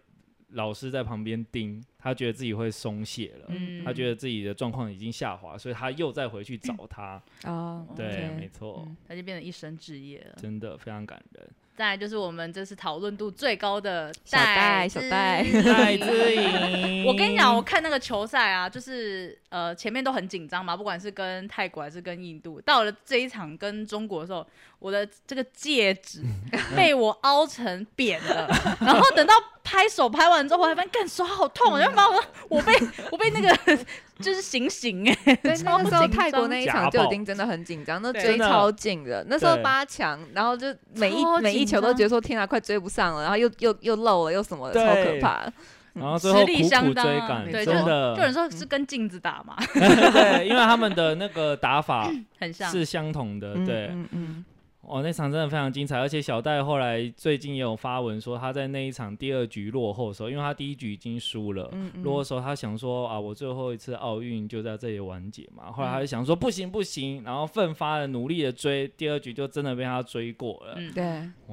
Speaker 3: 老师在旁边盯，他觉得自己会松懈了，
Speaker 5: 嗯
Speaker 3: 他觉得自己的状况已经下滑，所以他又再回去找他。
Speaker 5: 嗯
Speaker 2: 哦，
Speaker 3: 对，没
Speaker 2: OK，
Speaker 3: 错，
Speaker 2: 嗯
Speaker 5: 他就变成一生置业了。
Speaker 3: 真的非常感
Speaker 5: [laughs]
Speaker 3: 人。
Speaker 5: 再来就是我们这次讨论度最高的
Speaker 2: 小戴
Speaker 5: 之
Speaker 2: 小戴
Speaker 5: 颖
Speaker 3: 戴之颖，
Speaker 5: 我跟你讲，我看那个球赛啊，就是呃前面都很紧张嘛，不管是跟泰国还是跟印度，到了这一场跟中国的时候，我的这个戒指
Speaker 3: 嗯
Speaker 5: 被我凹成扁了，然后等到拍手拍完之后，我还发现干手好痛，我就把我我被我被那个就是醒醒哎、 [laughs]
Speaker 2: 对，
Speaker 5: 超
Speaker 2: 那个时候
Speaker 5: 紧
Speaker 2: 泰国
Speaker 5: 张
Speaker 2: 那一
Speaker 3: 夹
Speaker 2: 场就已
Speaker 3: 爆
Speaker 2: 经真的很紧张，那
Speaker 5: 对
Speaker 2: 追
Speaker 3: 真的
Speaker 2: 超紧的。那时候
Speaker 3: 对
Speaker 2: 八强，然后就每一
Speaker 5: 超
Speaker 2: 每一
Speaker 5: 紧
Speaker 2: 球都
Speaker 5: 张
Speaker 2: 觉得说天啊，快追不上了，然后又又又漏了，又什么的，超可
Speaker 3: 对
Speaker 2: 怕。
Speaker 3: 然后最
Speaker 5: 实
Speaker 3: 后
Speaker 5: 力
Speaker 3: 苦
Speaker 5: 相
Speaker 3: 苦
Speaker 5: 当
Speaker 3: 追
Speaker 5: 啊
Speaker 3: 赶，
Speaker 5: 对
Speaker 3: 真
Speaker 5: 就有人
Speaker 3: 的，嗯
Speaker 5: 说是跟镜子打嘛，
Speaker 3: [laughs] 对，因为他们的那个打法
Speaker 5: 很像。
Speaker 3: 是相同的，
Speaker 2: 嗯
Speaker 3: 对。
Speaker 2: 嗯嗯，
Speaker 3: 哦，那场真的非常精彩，而且小戴后来最近也有发文说，他在那一场第二局落后的时候，因为他第一局已经输了，
Speaker 2: 嗯嗯
Speaker 3: 落后的时候他想说啊，我最后一次奥运就在这里完结嘛。后来他就想说不行不行，然后奋发的努力的追，第二局就真的被他追过了，
Speaker 5: 嗯，
Speaker 2: 对，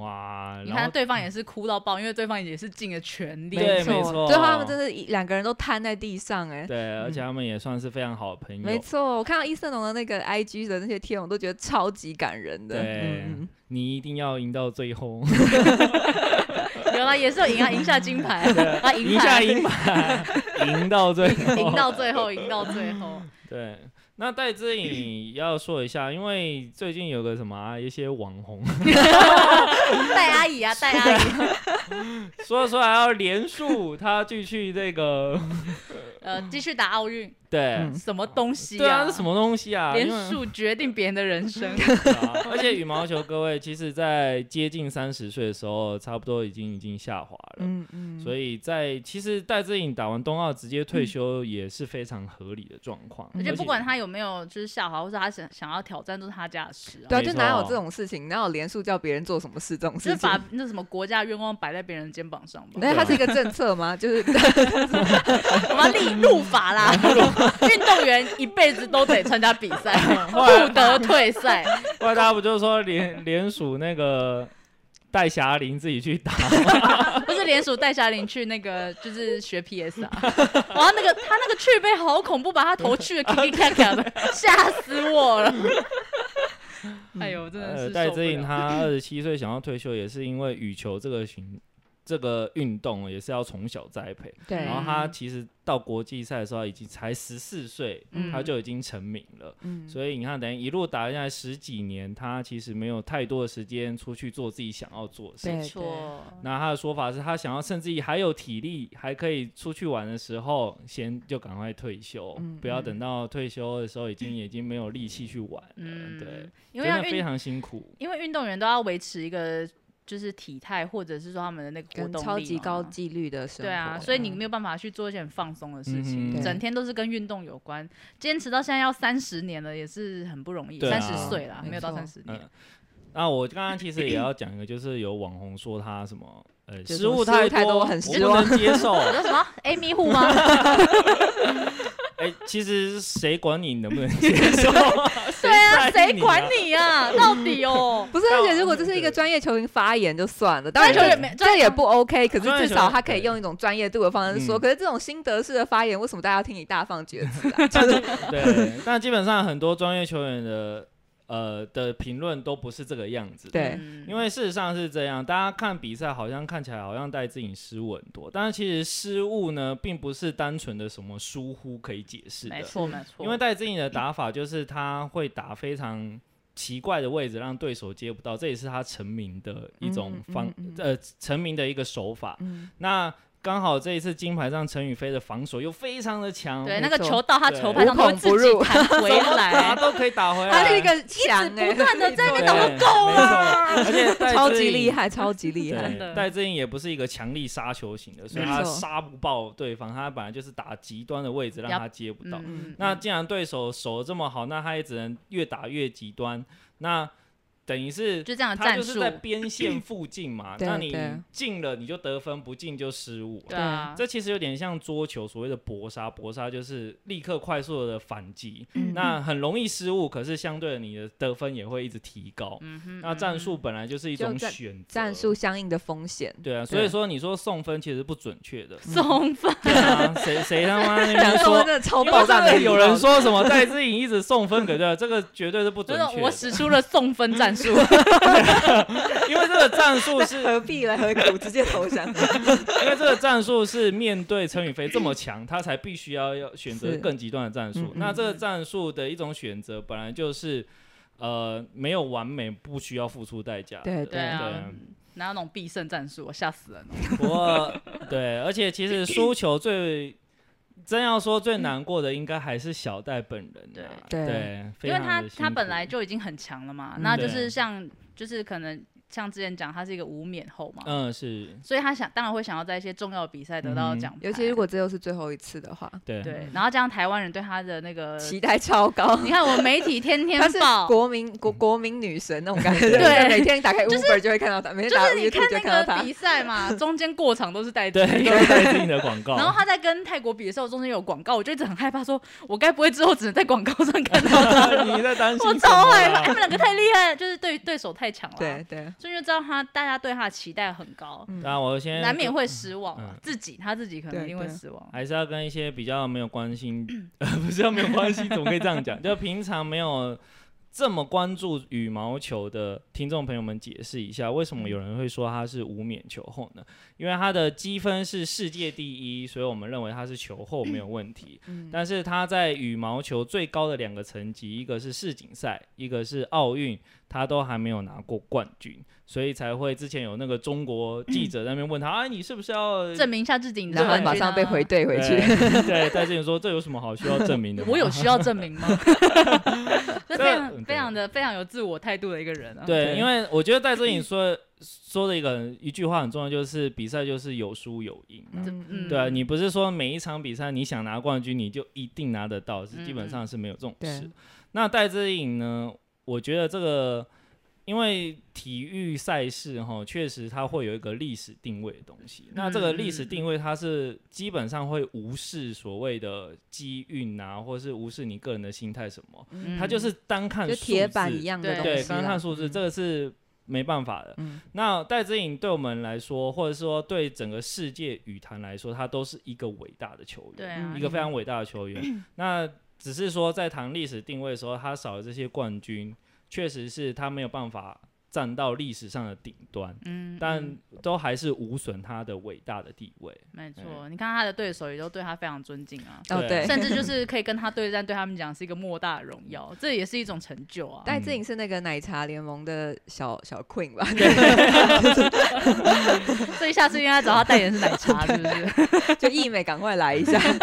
Speaker 3: 哇！
Speaker 5: 你
Speaker 3: 然
Speaker 5: 看
Speaker 3: 后
Speaker 5: 对方也是哭到爆，因为对方也是尽了全力。
Speaker 3: 对没错
Speaker 2: 最后他们真的一两个人都瘫在地上，哎，
Speaker 3: 对，而且他们也算是非常好的朋
Speaker 2: 没
Speaker 3: 友。
Speaker 2: 错，我看到伊森龙的那个 IG 的那些贴文，我都觉得超级感人的。
Speaker 3: 对
Speaker 2: 嗯，嗯
Speaker 3: 你一定要赢到最后，
Speaker 5: 有啦，也是有赢啊，赢下金牌啊，啊
Speaker 3: [laughs] 赢
Speaker 5: 赢
Speaker 3: 下
Speaker 5: 牌，
Speaker 3: 赢吧，赢到最后，
Speaker 5: [laughs] 赢到最后，赢到最后。
Speaker 3: 对，那戴之颖要说一下，因为最近有个什么、啊、一些网红， [laughs]
Speaker 5: 戴阿姨啊，戴阿姨，
Speaker 3: 说着说着还要连数他去去这个，
Speaker 5: 呃，继续打奥运，
Speaker 3: 对、
Speaker 2: 嗯
Speaker 5: 什么东西、
Speaker 3: 对啊，这什？么东西啊？
Speaker 5: 连
Speaker 3: 因为
Speaker 5: 数决定别人的人生，
Speaker 3: 对啊 [laughs] 而且羽毛球，各位其实，在接近三十岁的时候，差不多已经已经下滑了。
Speaker 2: 嗯嗯，
Speaker 3: 所
Speaker 2: 以
Speaker 3: 以在其实戴志颖打完冬奥直接退休也是非常合理的状况，
Speaker 5: 嗯而且不管他有没有就是下滑，或者他想想要挑战，都是他家的事啊。
Speaker 2: 对啊，
Speaker 3: 没
Speaker 2: 就
Speaker 3: 错
Speaker 2: 哪有这种事情，哪有连数叫别人做什么事这种
Speaker 5: 就
Speaker 2: 事
Speaker 5: 是
Speaker 2: 情
Speaker 5: 把？那什么国家愿望摆在别人的肩膀上吧。
Speaker 2: [laughs] 那它是一个政策吗？就是 [laughs]
Speaker 5: 我们要立入法啦，运动员一辈子都得参加比赛，不得退赛。
Speaker 3: 后来大家不就说连连署那个戴霞玲自己去打，
Speaker 5: 不是联署带霞玲去那个就是学 PS
Speaker 2: [laughs]
Speaker 5: 啊，然后那个他那个去背好恐怖，把他头
Speaker 2: [laughs]
Speaker 5: 去的 k k 咔咔的，吓死我了。
Speaker 2: 嗯
Speaker 5: 哎呦， [laughs] 真的
Speaker 3: 呃，
Speaker 5: 是
Speaker 3: 戴
Speaker 5: 受不
Speaker 3: 资颖
Speaker 5: 了。 [laughs]
Speaker 3: 他二十七岁想要退休，也是因为羽球这个行这个运动也是要从小栽培。
Speaker 2: 对
Speaker 3: 然后他其实到国际赛的时候，已经才十四岁，
Speaker 5: 嗯
Speaker 3: 他就已经成名了。
Speaker 2: 嗯
Speaker 3: 所以你看，等于一路打下来十几年，他其实没有太多的时间出去做自己想要做的事情。
Speaker 2: 对
Speaker 5: 没错，
Speaker 3: 那他的说法是他想要，甚至于还有体力，还可以出去玩的时候，先就赶快退休，
Speaker 2: 嗯
Speaker 3: 不要
Speaker 5: 嗯
Speaker 3: 等到退休的时候已经、已经没有力气去玩了。对
Speaker 5: 嗯，，因为
Speaker 3: 真的
Speaker 5: 要
Speaker 3: 非
Speaker 5: 运，
Speaker 3: 常辛苦。
Speaker 5: 因为运动员都要维持一个。就是体态，或者是说他们的那个活
Speaker 2: 跟
Speaker 5: 动力
Speaker 2: 超级
Speaker 5: 嘛
Speaker 2: 高纪律的生活。
Speaker 5: 对啊，所以你
Speaker 2: 嗯
Speaker 5: 没有办法去做一些很放松的事
Speaker 1: 嗯
Speaker 5: 情，
Speaker 2: 对
Speaker 5: 整天都是跟运动有关，坚持到现在要三十年了，也是很不容易。
Speaker 3: 对
Speaker 5: 三
Speaker 3: 啊
Speaker 5: 十岁啦，
Speaker 2: 没
Speaker 5: 没有到
Speaker 2: 错
Speaker 5: 三十年，
Speaker 3: 嗯那我刚刚其实也要讲一个，就是有网红说他什么呃
Speaker 2: 就是
Speaker 3: 失误
Speaker 2: 失误太多
Speaker 3: 多，
Speaker 2: 很
Speaker 3: 我
Speaker 2: 失
Speaker 3: 不
Speaker 2: 望
Speaker 3: 能接受。 [laughs]
Speaker 5: 有什么 Amy 护吗？
Speaker 3: 哎、其实谁管你能不能接
Speaker 2: [laughs]
Speaker 3: 受啊？
Speaker 5: 对啊，
Speaker 3: 在意
Speaker 5: 谁
Speaker 3: 你
Speaker 5: 管你啊？ [laughs] 到底哦，
Speaker 2: 不是，而且
Speaker 3: 到
Speaker 2: 如果这是一个
Speaker 3: 对
Speaker 2: 专业球员发言就算了，当
Speaker 5: 专
Speaker 2: 然
Speaker 5: 业球
Speaker 2: 这
Speaker 5: 员没专
Speaker 2: 这
Speaker 5: 业
Speaker 2: 也
Speaker 5: 球
Speaker 2: 不 OK。可
Speaker 3: 专
Speaker 2: 是
Speaker 3: 业
Speaker 2: 至
Speaker 3: 球
Speaker 2: 少
Speaker 3: 员
Speaker 2: 他可以
Speaker 3: 对
Speaker 2: 用一种专业度的方式说。
Speaker 3: 嗯
Speaker 2: 可是这种心得式的发言，为什么大家要听你大放厥词啊？ [laughs]
Speaker 3: 对，但基本上很多专业球员的呃的评论都不是这个样子。
Speaker 2: 对
Speaker 5: 嗯
Speaker 3: 因为事实上是这样，大家看比赛好像看起来好像带自己失误很多，但是其实失误呢，并不是单纯的什么疏忽可以解释的
Speaker 5: 没。错没错，
Speaker 3: 因为戴志颖的打法就是他会打非常奇怪的位置，让对手接不到，这也是他成名的一种
Speaker 2: 嗯嗯
Speaker 3: 方、
Speaker 2: 嗯
Speaker 3: 呃成名的一个手法。
Speaker 2: 嗯
Speaker 3: 那刚好这一次金牌上陈宇飞的防守又非常的强，
Speaker 5: 对
Speaker 2: 没
Speaker 5: 那个
Speaker 2: 错
Speaker 5: 球到他
Speaker 3: 对
Speaker 5: 球拍上
Speaker 2: 无
Speaker 5: 都会
Speaker 2: 孔
Speaker 5: 自
Speaker 2: 不
Speaker 5: 己
Speaker 2: 入
Speaker 5: 弹
Speaker 3: [laughs]
Speaker 5: 回
Speaker 3: 打
Speaker 5: 来，
Speaker 3: 都可以打
Speaker 5: [laughs]
Speaker 3: 回来，
Speaker 2: 他是一个强
Speaker 5: 不
Speaker 2: 哎，
Speaker 5: 断地在那边打
Speaker 3: 对没错而且戴
Speaker 2: 啊超
Speaker 3: 志
Speaker 2: 级
Speaker 3: 颖
Speaker 2: 厉害，啊超级厉害
Speaker 5: 真
Speaker 3: 对，
Speaker 5: 的
Speaker 3: 戴志颖也不是一个强力杀球型的，所以
Speaker 2: 没
Speaker 3: 他
Speaker 2: 错，
Speaker 3: 杀不爆对方，他本来就是打极端的位置让
Speaker 5: 要
Speaker 3: 他接不到。
Speaker 5: 嗯
Speaker 3: 那既然对手守得这么好，那他也只能越打越极端。那等于是
Speaker 5: 就这样的
Speaker 3: 他
Speaker 5: 战
Speaker 3: 就是
Speaker 5: 术
Speaker 3: 在，边线附近嘛
Speaker 2: 对
Speaker 3: 那你
Speaker 2: 对
Speaker 3: 进了你就得分，不进就失误。
Speaker 5: 对啊，
Speaker 3: 这其实有点像桌球所谓的搏杀，搏杀就是立刻快速的反击，
Speaker 2: 嗯
Speaker 3: 那很容易失误，可是相对的你的得分也会一直提高。
Speaker 5: 嗯哼，
Speaker 3: 那战术本来就是一
Speaker 2: 就
Speaker 3: 种
Speaker 2: 战
Speaker 3: 选择，
Speaker 2: 战术相应的风险。
Speaker 3: 对啊，所以说你说送分其实不准确
Speaker 2: [laughs]
Speaker 3: 的
Speaker 5: 送分，
Speaker 3: 对啊，谁谁 [laughs] 他妈那
Speaker 2: 讲
Speaker 3: 边
Speaker 2: 中
Speaker 3: 说
Speaker 2: 文真的超
Speaker 3: 因
Speaker 2: 爆
Speaker 3: 为
Speaker 2: 炸
Speaker 3: 真
Speaker 2: 的
Speaker 3: 的
Speaker 2: 礼
Speaker 3: 有
Speaker 2: 貌
Speaker 3: 人说什么戴志颖一直送分给队，这个绝对是不
Speaker 5: 就
Speaker 3: 准
Speaker 5: 是
Speaker 3: 确
Speaker 5: 我
Speaker 3: 的，
Speaker 5: 使出了送分
Speaker 3: [laughs]
Speaker 5: 战术，
Speaker 3: 因为这个战术
Speaker 5: [laughs]
Speaker 3: 是，
Speaker 2: 何必来何苦，直接投
Speaker 3: [laughs]
Speaker 2: 降。
Speaker 3: 因为这个战术是面对陈宇飞这么强，他才必须要要选择
Speaker 2: 是
Speaker 3: 更极端的战
Speaker 2: 嗯
Speaker 3: 术。
Speaker 2: 嗯
Speaker 3: 那这个战术的一种选择，本来就是呃没有完美，不需要付出代价。
Speaker 2: 对
Speaker 5: 对
Speaker 3: 对
Speaker 5: 啊
Speaker 3: 啊，
Speaker 5: 哪有那种必胜战术，我吓死人了。
Speaker 3: 不过，对，而且其实输球最真要说最难过的，应该还是小戴本人、啊。
Speaker 2: 对
Speaker 3: 对，非
Speaker 5: 因为
Speaker 3: 常
Speaker 5: 他
Speaker 3: 的辛
Speaker 5: 他本
Speaker 3: 苦
Speaker 5: 来就已经很强了嘛，那
Speaker 3: 嗯
Speaker 5: 就是
Speaker 3: 对
Speaker 5: 像就是可能像之前讲，他是一个无冕后嘛，
Speaker 3: 嗯是，
Speaker 5: 所以他想当然会想要在一些重要的比赛得到
Speaker 3: 嗯哼
Speaker 5: 奖牌，
Speaker 2: [laughs] 尤其如果这又是最后一次的话，
Speaker 3: 对
Speaker 5: 对，然后加上台湾人对他的那个，
Speaker 2: 期待超高。
Speaker 5: 你看我们媒体呃天
Speaker 2: [laughs]
Speaker 5: 天
Speaker 2: 她是
Speaker 5: 报，
Speaker 2: 国民国国民女神那种感觉，
Speaker 5: 对
Speaker 2: 就是每天打开
Speaker 5: 就是
Speaker 2: Uber 就会看到她，每天
Speaker 5: 就
Speaker 2: 打
Speaker 5: 是
Speaker 2: y
Speaker 5: 你
Speaker 2: o
Speaker 5: 看
Speaker 2: 就看到
Speaker 5: 那
Speaker 2: 她
Speaker 5: 个。比赛
Speaker 2: [laughs]
Speaker 5: 嘛，中间过场都是
Speaker 3: [laughs]
Speaker 5: 带
Speaker 3: 对，哦
Speaker 5: 队
Speaker 3: 都是戴志颖的广告。
Speaker 5: 然后他在跟泰国比的时候，中间有广告，我就一直很害怕说我该不会之后只能在广告上
Speaker 3: [laughs]
Speaker 5: 看到他了？
Speaker 3: [laughs] 你在担心
Speaker 5: 我
Speaker 3: 什
Speaker 5: 超
Speaker 3: 么
Speaker 5: 害怕，
Speaker 3: 啊
Speaker 5: 他们两个太厉害了，就是对对手太强了，啊
Speaker 2: 对，对，
Speaker 5: 所以就知道他大家对他的期待很高，
Speaker 2: 嗯
Speaker 3: 那我先
Speaker 5: 难免会失望啊
Speaker 3: 嗯，
Speaker 5: 自己他自己可能
Speaker 2: 对
Speaker 5: 一定会
Speaker 2: 对
Speaker 5: 失望。
Speaker 3: 还是要跟一些比较没有关
Speaker 2: [clears throat]
Speaker 3: 心，呃，不是要没有关心，怎么可以这样讲？就 [laughs] 平常没有这么关注羽毛球的听众朋友们解释一下，为什么有人会说他是无冕球后呢？因为他的积分是世界第一，所以我们认为他是球后没有问题。
Speaker 2: 嗯
Speaker 3: 但是他在羽毛球最高的两个层级，一个是世锦赛，一个是奥运，他都还没有拿过冠军，所以才会之前有那个中国记者在那边问他，啊，你是不是要
Speaker 5: 证明一下自己，你的
Speaker 2: 然后
Speaker 5: 冠
Speaker 2: 马
Speaker 5: 军
Speaker 2: 上被
Speaker 5: 啊
Speaker 2: 回怼回去。
Speaker 3: 对
Speaker 2: [laughs]
Speaker 3: 对，戴志颖说这有什么好需要证明的吗？
Speaker 5: 我有需要证明吗？ [laughs]
Speaker 3: [laughs]
Speaker 5: 这非常
Speaker 3: 对
Speaker 5: 非常的非常有自我态度的一个人啊。
Speaker 3: 对，
Speaker 1: 对
Speaker 3: 因为我觉得戴志
Speaker 5: 嗯
Speaker 3: 颖说说的一个很一句话很重要，就是比赛就是有输有赢啊、
Speaker 5: 嗯
Speaker 3: 对啊，你不是说每一场比赛你想拿冠军你就一定拿得到，
Speaker 5: 嗯
Speaker 3: 是基本上是没有这种
Speaker 2: 对
Speaker 3: 事。那戴志颖呢？我觉得这个因为体育赛事哈，确实它会有一个历史定位的东西。那
Speaker 5: 嗯
Speaker 3: 这个历史定位它是基本上会无视所谓的机运啊，或是无视你个人的心态什么，
Speaker 5: 嗯
Speaker 3: 它就是单看
Speaker 2: 就
Speaker 3: 数
Speaker 2: 铁板
Speaker 3: 字
Speaker 2: 一样的
Speaker 5: 对
Speaker 2: 东
Speaker 3: 对，
Speaker 2: 西啦。
Speaker 3: 刚
Speaker 2: 啊
Speaker 3: 刚看数字，这个是没办法的。
Speaker 2: 嗯
Speaker 3: 那戴资颖对我们来说，或者说对整个世界羽坛来说，他都是一个伟大的球员，
Speaker 5: 对啊，
Speaker 3: 一个非常伟大的球
Speaker 2: [laughs]
Speaker 3: 员。那只是说在谈历史定位的时候，他少了这些冠军，确实是他没有办法站到历史上的顶端，
Speaker 5: 嗯，
Speaker 3: 但
Speaker 5: 嗯
Speaker 3: 都还是无损他的伟大的地位。
Speaker 5: 没错，你看他的对手也都对他非常尊敬啊。
Speaker 2: 哦
Speaker 3: 对
Speaker 2: 对，
Speaker 5: 甚至就是可以跟他对战，对他们讲是一个莫大的荣 [laughs] 耀，这也是一种成就啊。
Speaker 2: 戴志颖是那个奶茶联盟的小小 queen 吧？ [laughs]
Speaker 5: 所 [laughs] 以下次应该找他代言是奶茶，是不是？
Speaker 2: 就艺美赶快来一下。
Speaker 5: 会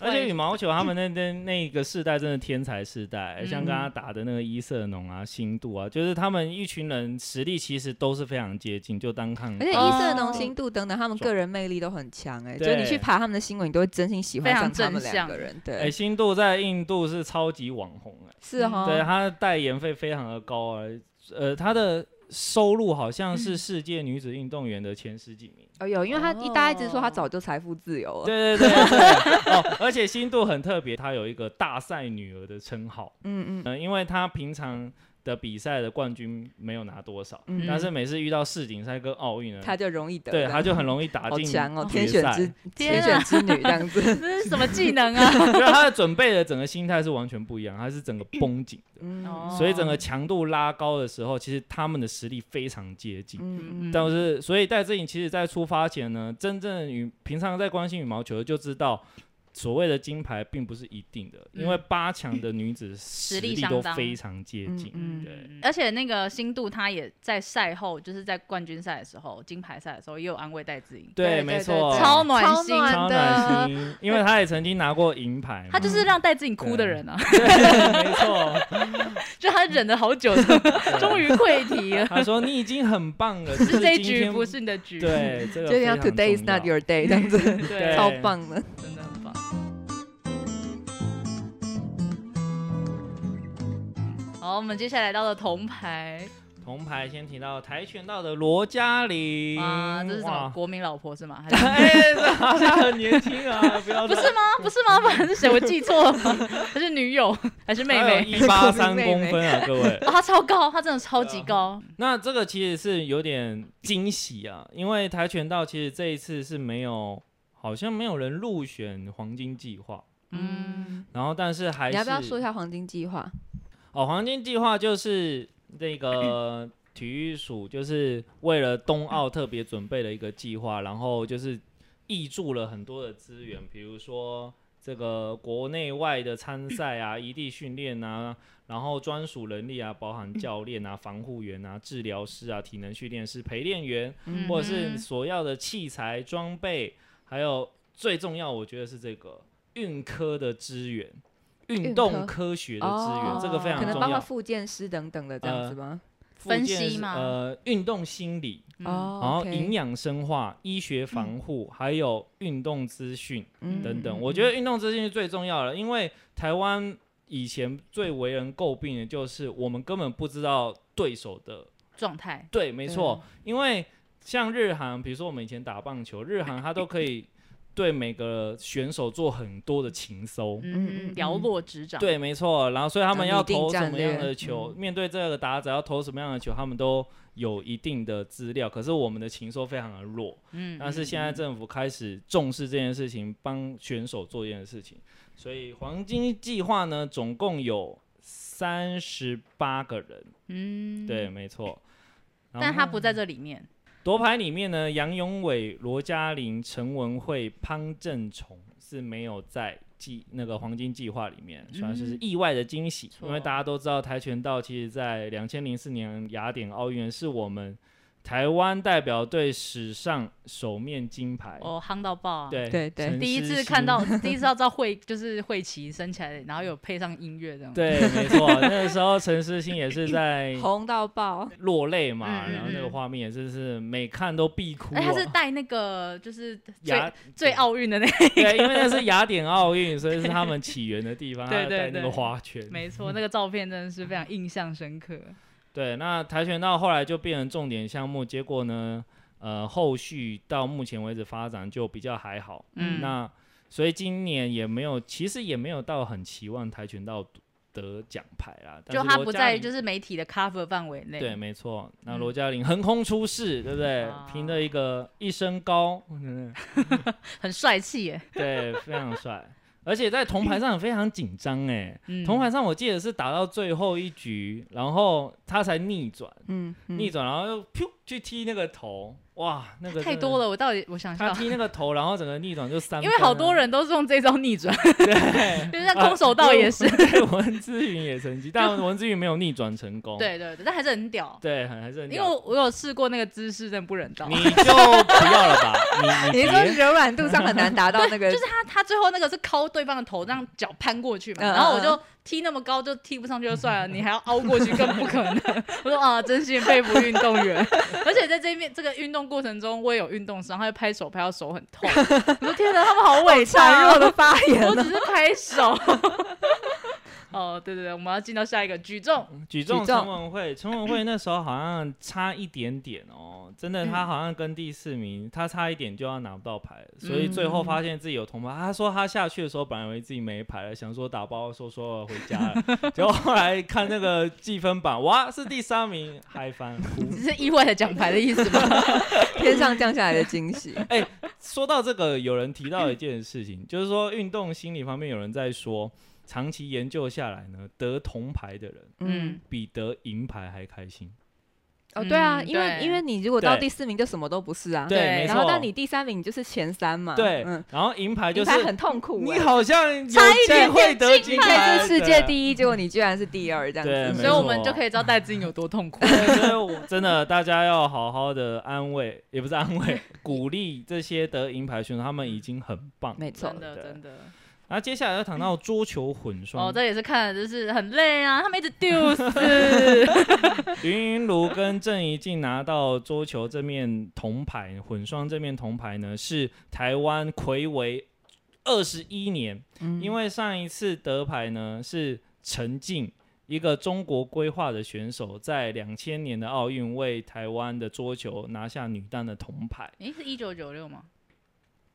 Speaker 3: 而且羽毛球他们那 [laughs] 那那个世代真的天才世代，像刚刚打的那个伊瑟农啊、新度啊，就是他们一群人实力其实都是非常接近，就单看
Speaker 2: 而且
Speaker 5: 哦
Speaker 2: 伊瑟农、新度等等，他们个人魅力都很强哎、
Speaker 3: 对
Speaker 2: 就是你去爬他们的新闻，你都会真心喜欢上他
Speaker 5: 非常
Speaker 2: 们
Speaker 5: 正
Speaker 2: 两个
Speaker 5: 向
Speaker 2: 人。对，
Speaker 3: 哎、新度在印度是超级网红哎、
Speaker 2: 是哦哈、
Speaker 3: 对他的代言费非常的高啊，呃，他的收入好像
Speaker 2: 嗯
Speaker 3: 是世界女子运动员的前十几名。
Speaker 2: 哦有，因为他一大家一直说他早就财富自由了。
Speaker 3: 对对对对哦，而且新度很特别，她有一个大赛女儿的称号。
Speaker 2: 嗯嗯
Speaker 3: 嗯，因为他平常的比赛的冠军没有拿多少，
Speaker 2: 嗯，
Speaker 3: 但是每次遇到世锦赛跟奥运呢，
Speaker 2: 他就容易得，
Speaker 3: 对他
Speaker 2: [laughs]
Speaker 3: 就很容易打
Speaker 2: 好
Speaker 3: 进决赛 [laughs]
Speaker 2: 强，哦，天选之天
Speaker 5: 天
Speaker 2: 选
Speaker 5: 啊
Speaker 2: 之女这样子。
Speaker 5: 这是什么技能 [laughs] 啊？
Speaker 3: 对他的准备的整个心态是完全不一样，他是整个绷紧的，
Speaker 2: 嗯
Speaker 5: 哦
Speaker 3: 所以整个强度拉高的时候，其实他们的实力非常接近。
Speaker 2: 嗯嗯，
Speaker 3: 但是，所以戴志颖其实在出发前呢，真正与平常在关心羽毛球的就知道，所谓的金牌并不是一定的，因
Speaker 2: 嗯
Speaker 3: 为八强的女子实
Speaker 5: 力
Speaker 3: 力
Speaker 5: 相
Speaker 3: 都
Speaker 5: 当
Speaker 3: 非常接近。
Speaker 2: 嗯
Speaker 3: 对，
Speaker 5: 而且那个新度他也在赛后，就是在冠军赛的时候、金牌赛的时候，也有安慰戴志颖，哦
Speaker 2: 对对
Speaker 3: 没
Speaker 2: 对
Speaker 3: 错，
Speaker 2: 对
Speaker 5: 超暖心啊
Speaker 2: 超暖
Speaker 3: 超暖心，因为他也曾经拿过银牌嘛，
Speaker 5: 他就是让戴志颖哭的人啊，
Speaker 3: 对没错。
Speaker 2: [laughs]
Speaker 5: 就 [laughs] 他忍了好久，终于溃堤 [laughs] 了。
Speaker 3: 他说你已经很棒
Speaker 5: [laughs]
Speaker 3: 了，只
Speaker 5: 是这一
Speaker 3: 今
Speaker 5: 局
Speaker 3: 天
Speaker 5: 不是你的局，
Speaker 3: 对这个
Speaker 2: 就
Speaker 3: 非
Speaker 2: 像
Speaker 3: 常
Speaker 2: Today is
Speaker 3: 重要
Speaker 2: not your day 这样子，
Speaker 5: 对
Speaker 3: 对
Speaker 2: 超棒的。
Speaker 5: 真的很棒。好，我们接下来到了铜牌
Speaker 3: 铜牌，先提到跆拳道的罗嘉玲
Speaker 5: 啊，这是什么
Speaker 3: 哇
Speaker 5: 国民老婆是吗？还
Speaker 3: [laughs]
Speaker 5: 是
Speaker 3: 哎，这好像很年轻啊，不要
Speaker 5: 不是吗？不是吗？不然是谁？我记错了
Speaker 3: [laughs]
Speaker 5: 吗？还是女友？还是妹妹？
Speaker 3: 一八三公分啊，各位。
Speaker 5: 啊，她超高，她真的超级高。
Speaker 3: 那这个其实是有点惊喜啊，因为跆拳道其实这一次是没有，好像没有人入选黄金计划，
Speaker 5: 嗯，
Speaker 3: 然后但是还是
Speaker 2: 你要不要说一下黄金计划？
Speaker 3: 哦，黄金计划就是那个体育署就是为了冬奥特别准备了一个计划，然后就是挹注了很多的资源，比如说这个国内外的参赛啊、异地训练啊，然后专属人力啊，包含教练啊、防护员啊、治疗师啊、体能训练师、陪练员，
Speaker 5: 嗯
Speaker 3: 或者是所要的器材装备，还有最重要，我觉得是这个运科的资源，运
Speaker 2: 运科
Speaker 3: 动科学的资源，
Speaker 2: 哦
Speaker 3: 这个非常
Speaker 2: 可能
Speaker 3: 重
Speaker 2: 包括
Speaker 3: 要。
Speaker 2: 复健师等等的这样子吗？
Speaker 3: 附
Speaker 5: 分
Speaker 3: 件
Speaker 5: 析
Speaker 3: 是
Speaker 5: 嘛
Speaker 3: 呃，运动心理，
Speaker 5: 哦，
Speaker 2: 哦，
Speaker 3: 然后
Speaker 2: OK
Speaker 3: 呃营养生化、医学防护，还有运动资讯
Speaker 2: 嗯
Speaker 3: 等等。
Speaker 2: 嗯
Speaker 3: 我觉得运动资讯是最重要的，因为台湾以前最为人诟病的就是我们根本不知道对手的
Speaker 5: 状态
Speaker 3: 对，没错，因为像日韩，比如说我们以前打棒球，日韩它都可以对每个选手做很多的情搜。
Speaker 2: 嗯
Speaker 5: 嗯，寥落指掌。，
Speaker 3: 对，没错。然后，所以他们
Speaker 2: 啊
Speaker 3: 要
Speaker 2: 拟定
Speaker 3: 投什
Speaker 2: 战
Speaker 3: 么
Speaker 2: 略
Speaker 3: 样的球，
Speaker 5: 嗯
Speaker 3: 面对这个打者要投什么样的球，他们都有一定的资料。可是我们的情搜非常的弱。
Speaker 5: 嗯
Speaker 3: 但是现在政府开始重视这件事情，帮选手做这件事情。所以黄金计划呢，总共有三十八个人。
Speaker 5: 嗯，
Speaker 3: 对，，没错。然
Speaker 5: 但他
Speaker 3: 后
Speaker 5: 不在这里面。
Speaker 3: 夺牌里面呢，杨永伟、罗嘉玲、陈文慧、潘正崇是没有在计那个黄金计划里面，算是意外的惊喜。
Speaker 5: 嗯错
Speaker 3: 因为大家都知道，跆拳道其实在两千零四年雅典奥运是我们台湾代表队史上首面金牌。
Speaker 5: 哦，夯到爆啊！
Speaker 3: 对
Speaker 2: 对对
Speaker 3: 陈
Speaker 5: 第一
Speaker 3: 思
Speaker 5: 次
Speaker 3: 欣
Speaker 5: 看到，
Speaker 3: [laughs]
Speaker 5: 第一次要知道会就是会旗升起来，然后有配上音乐这样。，
Speaker 3: 对，没
Speaker 5: [laughs]
Speaker 3: 错，那个时候陈思欣也是在
Speaker 2: 红到爆，
Speaker 3: 落泪嘛，
Speaker 5: 嗯嗯
Speaker 3: 然后那个
Speaker 5: 嗯
Speaker 3: 画面也真是每看都必哭、哦。
Speaker 5: 哎，他是带那个就是
Speaker 3: 雅
Speaker 5: 最 [laughs] 最奥运的那
Speaker 3: [laughs] 对，因为那是雅典奥运，所以是他们起源的地方，
Speaker 5: [laughs] 对
Speaker 3: 他
Speaker 5: 对
Speaker 3: 带那个
Speaker 5: 对
Speaker 3: 花圈。
Speaker 5: [laughs] 没错，那个照片真的是非常印象深刻。
Speaker 3: 对，那跆拳道后来就变成重点项目，结果呢，呃，后续到目前为止发展就比较还好。
Speaker 5: 嗯
Speaker 3: 那所以今年也没有，其实也没有到很期望跆拳道得奖牌啦。但
Speaker 5: 就是他
Speaker 3: 罗
Speaker 5: 不
Speaker 3: 嘉
Speaker 5: 在
Speaker 3: 玲
Speaker 5: 就是媒体的 cover 范围内。
Speaker 3: 对，，没错。那
Speaker 5: 嗯
Speaker 3: 罗嘉玲横空出世，对不对？
Speaker 5: 啊
Speaker 3: 凭着一个一身高，嗯
Speaker 5: 很帅气耶。
Speaker 3: 对，非常帅。 [laughs] 而且在铜牌上非常紧张哎、
Speaker 5: 嗯
Speaker 3: 铜牌上我记得是打到最后一局，然后他才逆转，
Speaker 2: 嗯，嗯
Speaker 3: 逆转，然后又噗去踢那个头，哇，那个
Speaker 5: 太多
Speaker 3: 了。
Speaker 5: 了，我到底我想
Speaker 3: 他
Speaker 5: [laughs] 笑，
Speaker 3: 踢那个头，然后整个逆转就三分
Speaker 5: 因
Speaker 3: 啊，
Speaker 5: 为好多人都是用这招逆
Speaker 3: [laughs]
Speaker 5: 转，
Speaker 3: 对，
Speaker 5: 就像空手道也是
Speaker 3: 啊。 [laughs] 对文之云也曾经，但文之云没有逆转成功。
Speaker 5: 对对对，但还是很屌，
Speaker 3: 对，还还是很
Speaker 5: 因为
Speaker 3: 屌
Speaker 5: 我我有试过那个姿势，真的不人道。
Speaker 3: 你就不要了吧，你你
Speaker 5: [laughs]
Speaker 2: [laughs] 你是说
Speaker 3: 别
Speaker 2: 柔软度上很难达到那个，
Speaker 5: 就是他，他最后那个是敲对方的头，让脚攀过去嘛，
Speaker 2: 嗯
Speaker 5: 然后我
Speaker 2: 嗯
Speaker 5: 就踢那么高就踢不上去就算了，你还要凹过去更不可能。我说啊，真心佩服运动员，而且在这边这个运动过程中，我也有运动伤，他会拍手拍到手很
Speaker 2: [laughs]
Speaker 5: 痛。我说天哪，他们好伟
Speaker 2: 孱
Speaker 5: 大
Speaker 2: 弱
Speaker 5: 哦，
Speaker 2: 的发言
Speaker 5: 我
Speaker 2: 呢
Speaker 5: 只是拍手。哦，对对对，我们要进到下一个举重，
Speaker 3: 举重
Speaker 2: 举重
Speaker 3: 陈文慧，陈文慧那时候好像差一点点哦，真的，
Speaker 5: 嗯
Speaker 3: 他好像跟第四名，他差一点就要拿不到牌了，所以最后发现自己有铜牌。他说他下去的时候本来以为自己没牌了，想说打包说说回家了，结果后来看那个计分榜，哇，是第三名，嗨翻哭。
Speaker 5: 只是意外的奖牌的意思吗？
Speaker 2: 天上降下来的惊
Speaker 5: [laughs]
Speaker 2: 喜。
Speaker 3: 说到这个，有人提到一件事情，就是说运动心理方面，有人在说，长期研究下来呢，得铜牌的人
Speaker 2: 嗯
Speaker 5: 嗯，，
Speaker 3: 比得银牌还开心。
Speaker 2: 哦，对啊，
Speaker 5: 嗯
Speaker 2: 因为
Speaker 5: 对
Speaker 2: 因为你如果到
Speaker 3: 对
Speaker 2: 第四名就什么都不是啊，
Speaker 3: 对，
Speaker 5: 对
Speaker 3: 没
Speaker 2: 然后
Speaker 3: 错。
Speaker 2: 但你第三名就是前三嘛，
Speaker 3: 对，
Speaker 2: 嗯，
Speaker 3: 然后银牌就
Speaker 2: 银
Speaker 3: 是
Speaker 2: 牌很痛苦
Speaker 3: 你
Speaker 2: 欸，
Speaker 3: 好像有
Speaker 5: 差一点
Speaker 3: 机会
Speaker 5: 点
Speaker 3: 得
Speaker 5: 金
Speaker 3: 金
Speaker 2: 你可以
Speaker 3: 牌，
Speaker 2: 是世界
Speaker 3: 一。
Speaker 2: 第一，结果你居然是第二，这
Speaker 3: 啊对
Speaker 2: 样子，
Speaker 5: 嗯所以我
Speaker 3: 没
Speaker 5: 们
Speaker 3: 错
Speaker 5: 就可以知道戴资颖有多痛
Speaker 2: [laughs]
Speaker 5: 苦。
Speaker 3: 对所以我真的，大家要好好的安慰，也不是安慰，鼓励这些得银牌选手，他们已经很棒。
Speaker 2: 没错
Speaker 5: 真，的
Speaker 3: 对
Speaker 5: 真的，
Speaker 3: 然后接下来要谈到桌球混
Speaker 5: 哦，
Speaker 3: 双，
Speaker 5: 这也是看的就是很累啊，他们一直丢死。
Speaker 2: [laughs]
Speaker 3: 林 [laughs] 云儒跟郑怡静拿到桌球这面铜牌，混双这面铜牌呢是台湾魁违二十一年，因为上一次得牌呢是陈静。一个中国规划的选手在两千年的奥运为台湾的桌球拿下女单的铜牌，
Speaker 5: 诶，是一九九六吗？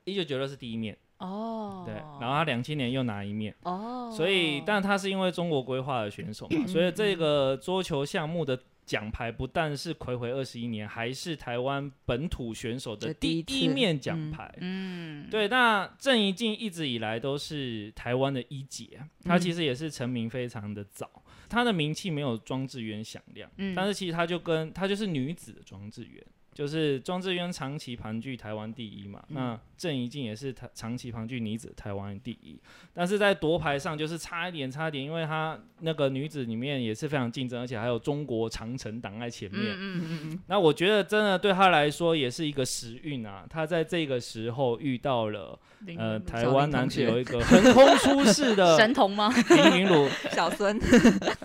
Speaker 3: 一九九六是第一面，
Speaker 5: 哦，
Speaker 3: 对，然后他两千年又拿一面，
Speaker 5: 哦，
Speaker 3: 所以，但他是因为中国规划的选手嘛，所以这个桌球项目的奖牌不但是魁回二十一年，还是台湾本土选手的
Speaker 2: 这第
Speaker 3: 第
Speaker 2: 一
Speaker 3: 一
Speaker 2: 次
Speaker 3: 面奖
Speaker 2: 嗯
Speaker 3: 牌。
Speaker 5: 嗯，
Speaker 3: 对，那郑怡静一直以来都是台湾的一姐，她其实也是成名非常的早，她的名气没有庄智渊响亮，
Speaker 5: 嗯
Speaker 3: 但是其实她就跟她就是女子的庄智渊，就是庄智渊长期盘踞台湾第一嘛，
Speaker 5: 嗯
Speaker 3: 那郑怡静也是台长期盘踞女子台湾第一，但是在夺牌上就是差一点差一点，因为她那个女子里面也是非常竞争，而且还有中国长城挡在前面，
Speaker 5: 嗯嗯嗯，
Speaker 3: 那我觉得真的对他来说也是一个时运啊，他在这个时候遇到了
Speaker 5: 林
Speaker 3: 呃
Speaker 5: 云
Speaker 3: 台
Speaker 2: 小
Speaker 3: 湾
Speaker 2: 林
Speaker 3: 男
Speaker 2: 同
Speaker 3: 子
Speaker 2: 学
Speaker 3: 有一个横空出世
Speaker 5: 路
Speaker 3: 的
Speaker 5: [laughs] 神童吗？
Speaker 3: 林云儒，
Speaker 2: 小
Speaker 3: [laughs]
Speaker 2: 孙，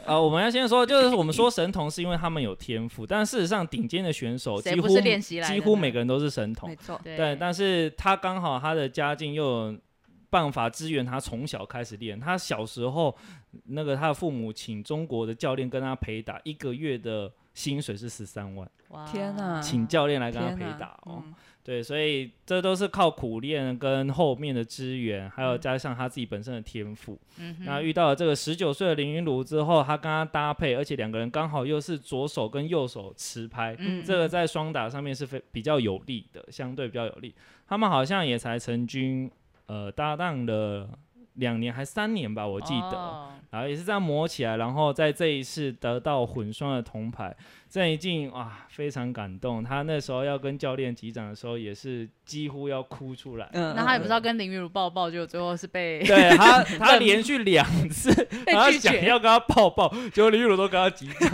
Speaker 3: 呃，我们要先说，就是我们说神童是因为他们有天赋，但事实上顶尖的选手
Speaker 5: 谁
Speaker 3: 几
Speaker 5: 不
Speaker 3: 乎
Speaker 5: 是练习来的
Speaker 3: 呃几
Speaker 5: 呢
Speaker 3: 乎每个人都是神童
Speaker 2: 没，错，
Speaker 3: 对，但是他刚好他的家境又有办法支援他从小开始练。他小时候那个他的父母请中国的教练跟他陪打，一个月的薪水是十三万。
Speaker 5: 哇
Speaker 2: 天哪
Speaker 3: 请教练来跟他
Speaker 2: 天
Speaker 3: 陪
Speaker 2: 哪
Speaker 3: 打哦。
Speaker 2: 嗯
Speaker 3: 对，所以这都是靠苦练跟后面的支援，还有加上他自己本身的天赋。
Speaker 5: 嗯
Speaker 3: 那
Speaker 5: 哼，
Speaker 3: 遇到了这个十九岁的林云儒之后，他跟他搭配，而且两个人刚好又是左手跟右手持拍，
Speaker 5: 嗯
Speaker 3: 这个在双打上面是非比较有利的，相对比较有利。他们好像也才成军呃搭档了两年还三年吧，我
Speaker 5: 我
Speaker 3: 记得。
Speaker 5: 哦、
Speaker 3: 然后也是这样磨起来，然后在这一次得到混双的铜牌，郑怡静哇非常感动，她那时候要跟教练击掌的时候也是几乎要哭出来。
Speaker 2: 嗯
Speaker 5: 那他也不知道跟林玉如抱抱，结果最后是被
Speaker 3: [laughs]
Speaker 2: [laughs]
Speaker 3: 对她，她连续两次，
Speaker 5: 被
Speaker 3: 然后
Speaker 5: 拒
Speaker 3: 想
Speaker 5: 绝。
Speaker 3: 要跟她抱抱，结果林玉茹都跟她 [laughs] 击掌，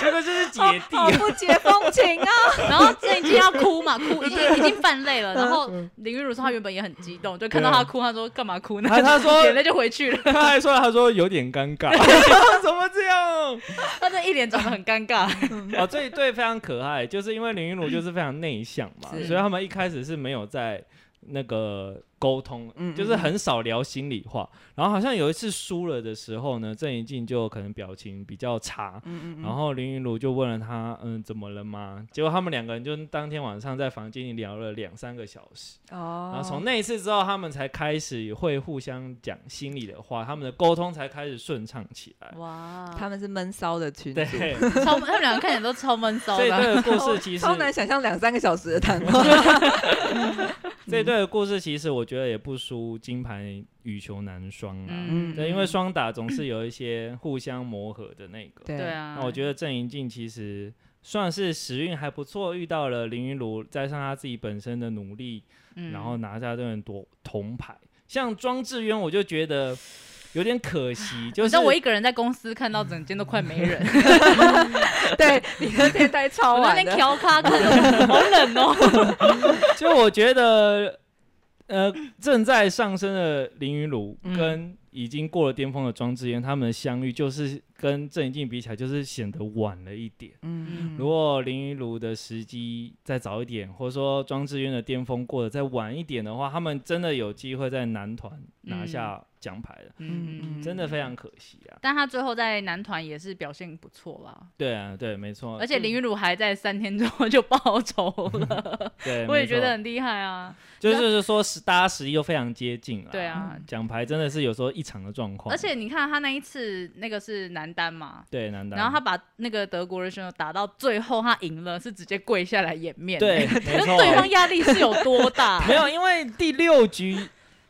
Speaker 3: 这个就是姐弟啊
Speaker 5: 哦
Speaker 2: 好不解风情啊，
Speaker 5: [laughs] 然后郑怡静要哭嘛，哭已经已经泛
Speaker 2: 嗯
Speaker 5: 泪了。然后林玉如说她原本也很激动，就看到她哭，她说干嘛哭呢？
Speaker 3: 啊她她说
Speaker 5: 眼泪就回去了，
Speaker 3: 他还说，他说有点尴
Speaker 5: [laughs]
Speaker 3: 尬， [laughs] 怎么这样？
Speaker 5: 她这一脸长得很尴尬。
Speaker 3: [laughs] 哦，这一对非常可爱，就是因为林云儒就是非常内向嘛，所
Speaker 2: 是
Speaker 3: 以他们一开始是没有在那个沟通，
Speaker 2: 嗯
Speaker 3: 就是很少聊心里话。然后好像有一次输了的时候呢，郑怡静就可能表情比较差，
Speaker 2: 嗯
Speaker 3: 然后林云儒就问了他，嗯，怎么了吗？结果他们两个人就当天晚上在房间里聊了两三个小时。
Speaker 2: 哦，
Speaker 3: 然后从那一次之后，他们才开始会互相讲心里的话，他们的沟通才开始顺畅起来。
Speaker 2: 哦
Speaker 5: 哇
Speaker 2: 他们是闷骚的群组
Speaker 3: 对，，
Speaker 5: 超他们两个看起来都超闷骚
Speaker 3: 所以这
Speaker 5: 的。
Speaker 3: 个故事其实
Speaker 2: 超难想象两三个小时的谈话，
Speaker 3: 这一对的故事其实我觉得也不输金牌羽球男双啊，
Speaker 5: 嗯
Speaker 3: 对，因为双打总是有一些互相磨合的那个。
Speaker 2: 对
Speaker 5: 对啊，
Speaker 3: 那我觉得郑怡静其实算是时运还不错，遇到了林云儒，加上他自己本身的努力，
Speaker 5: 嗯
Speaker 3: 然后拿下这很多铜牌。像庄智渊，我就觉得有点可惜，就
Speaker 5: 啊你知
Speaker 3: 是
Speaker 5: 道我一个人在公司看到整间都快
Speaker 3: [laughs]
Speaker 5: 没人，
Speaker 2: [laughs] 对，你那天待超
Speaker 5: 我在那
Speaker 2: 晚
Speaker 5: 边
Speaker 2: 的，
Speaker 5: 调咖看着，好冷
Speaker 3: [laughs]
Speaker 5: 哦。
Speaker 3: 就我觉得，呃，正在上升的林云儒
Speaker 2: 嗯
Speaker 3: 跟已经过了巅峰的庄智渊，他们的相遇就是跟郑怡静比起来，就是显得晚了一点。
Speaker 2: 嗯
Speaker 3: 如果林云儒的时机再早一点，或者说庄智渊的巅峰过得再晚一点的话，他们真的有机会在男团拿下奖牌了，
Speaker 5: 嗯，
Speaker 3: 真的非常可惜啊。
Speaker 5: 但他最后在男团也是表现不错啦，
Speaker 3: 对啊，对，没错，
Speaker 5: 而且林云儒还在三天之后就报仇了，
Speaker 3: [laughs] 对，
Speaker 5: 我也
Speaker 3: 没错
Speaker 5: 觉得很厉害啊。
Speaker 3: 就是就是说实大家实力又非常接近了。
Speaker 5: 对啊，
Speaker 3: 奖牌真的是有时候异常的状况，
Speaker 5: 而且你看他那一次那个是男单嘛，
Speaker 3: 对男单，
Speaker 5: 然后他把那个德国人选手打到最后，他赢了，是直接跪下来掩面。欸
Speaker 3: 对，，没错，？
Speaker 5: 对方压力是有多大
Speaker 3: 没有，因为第六局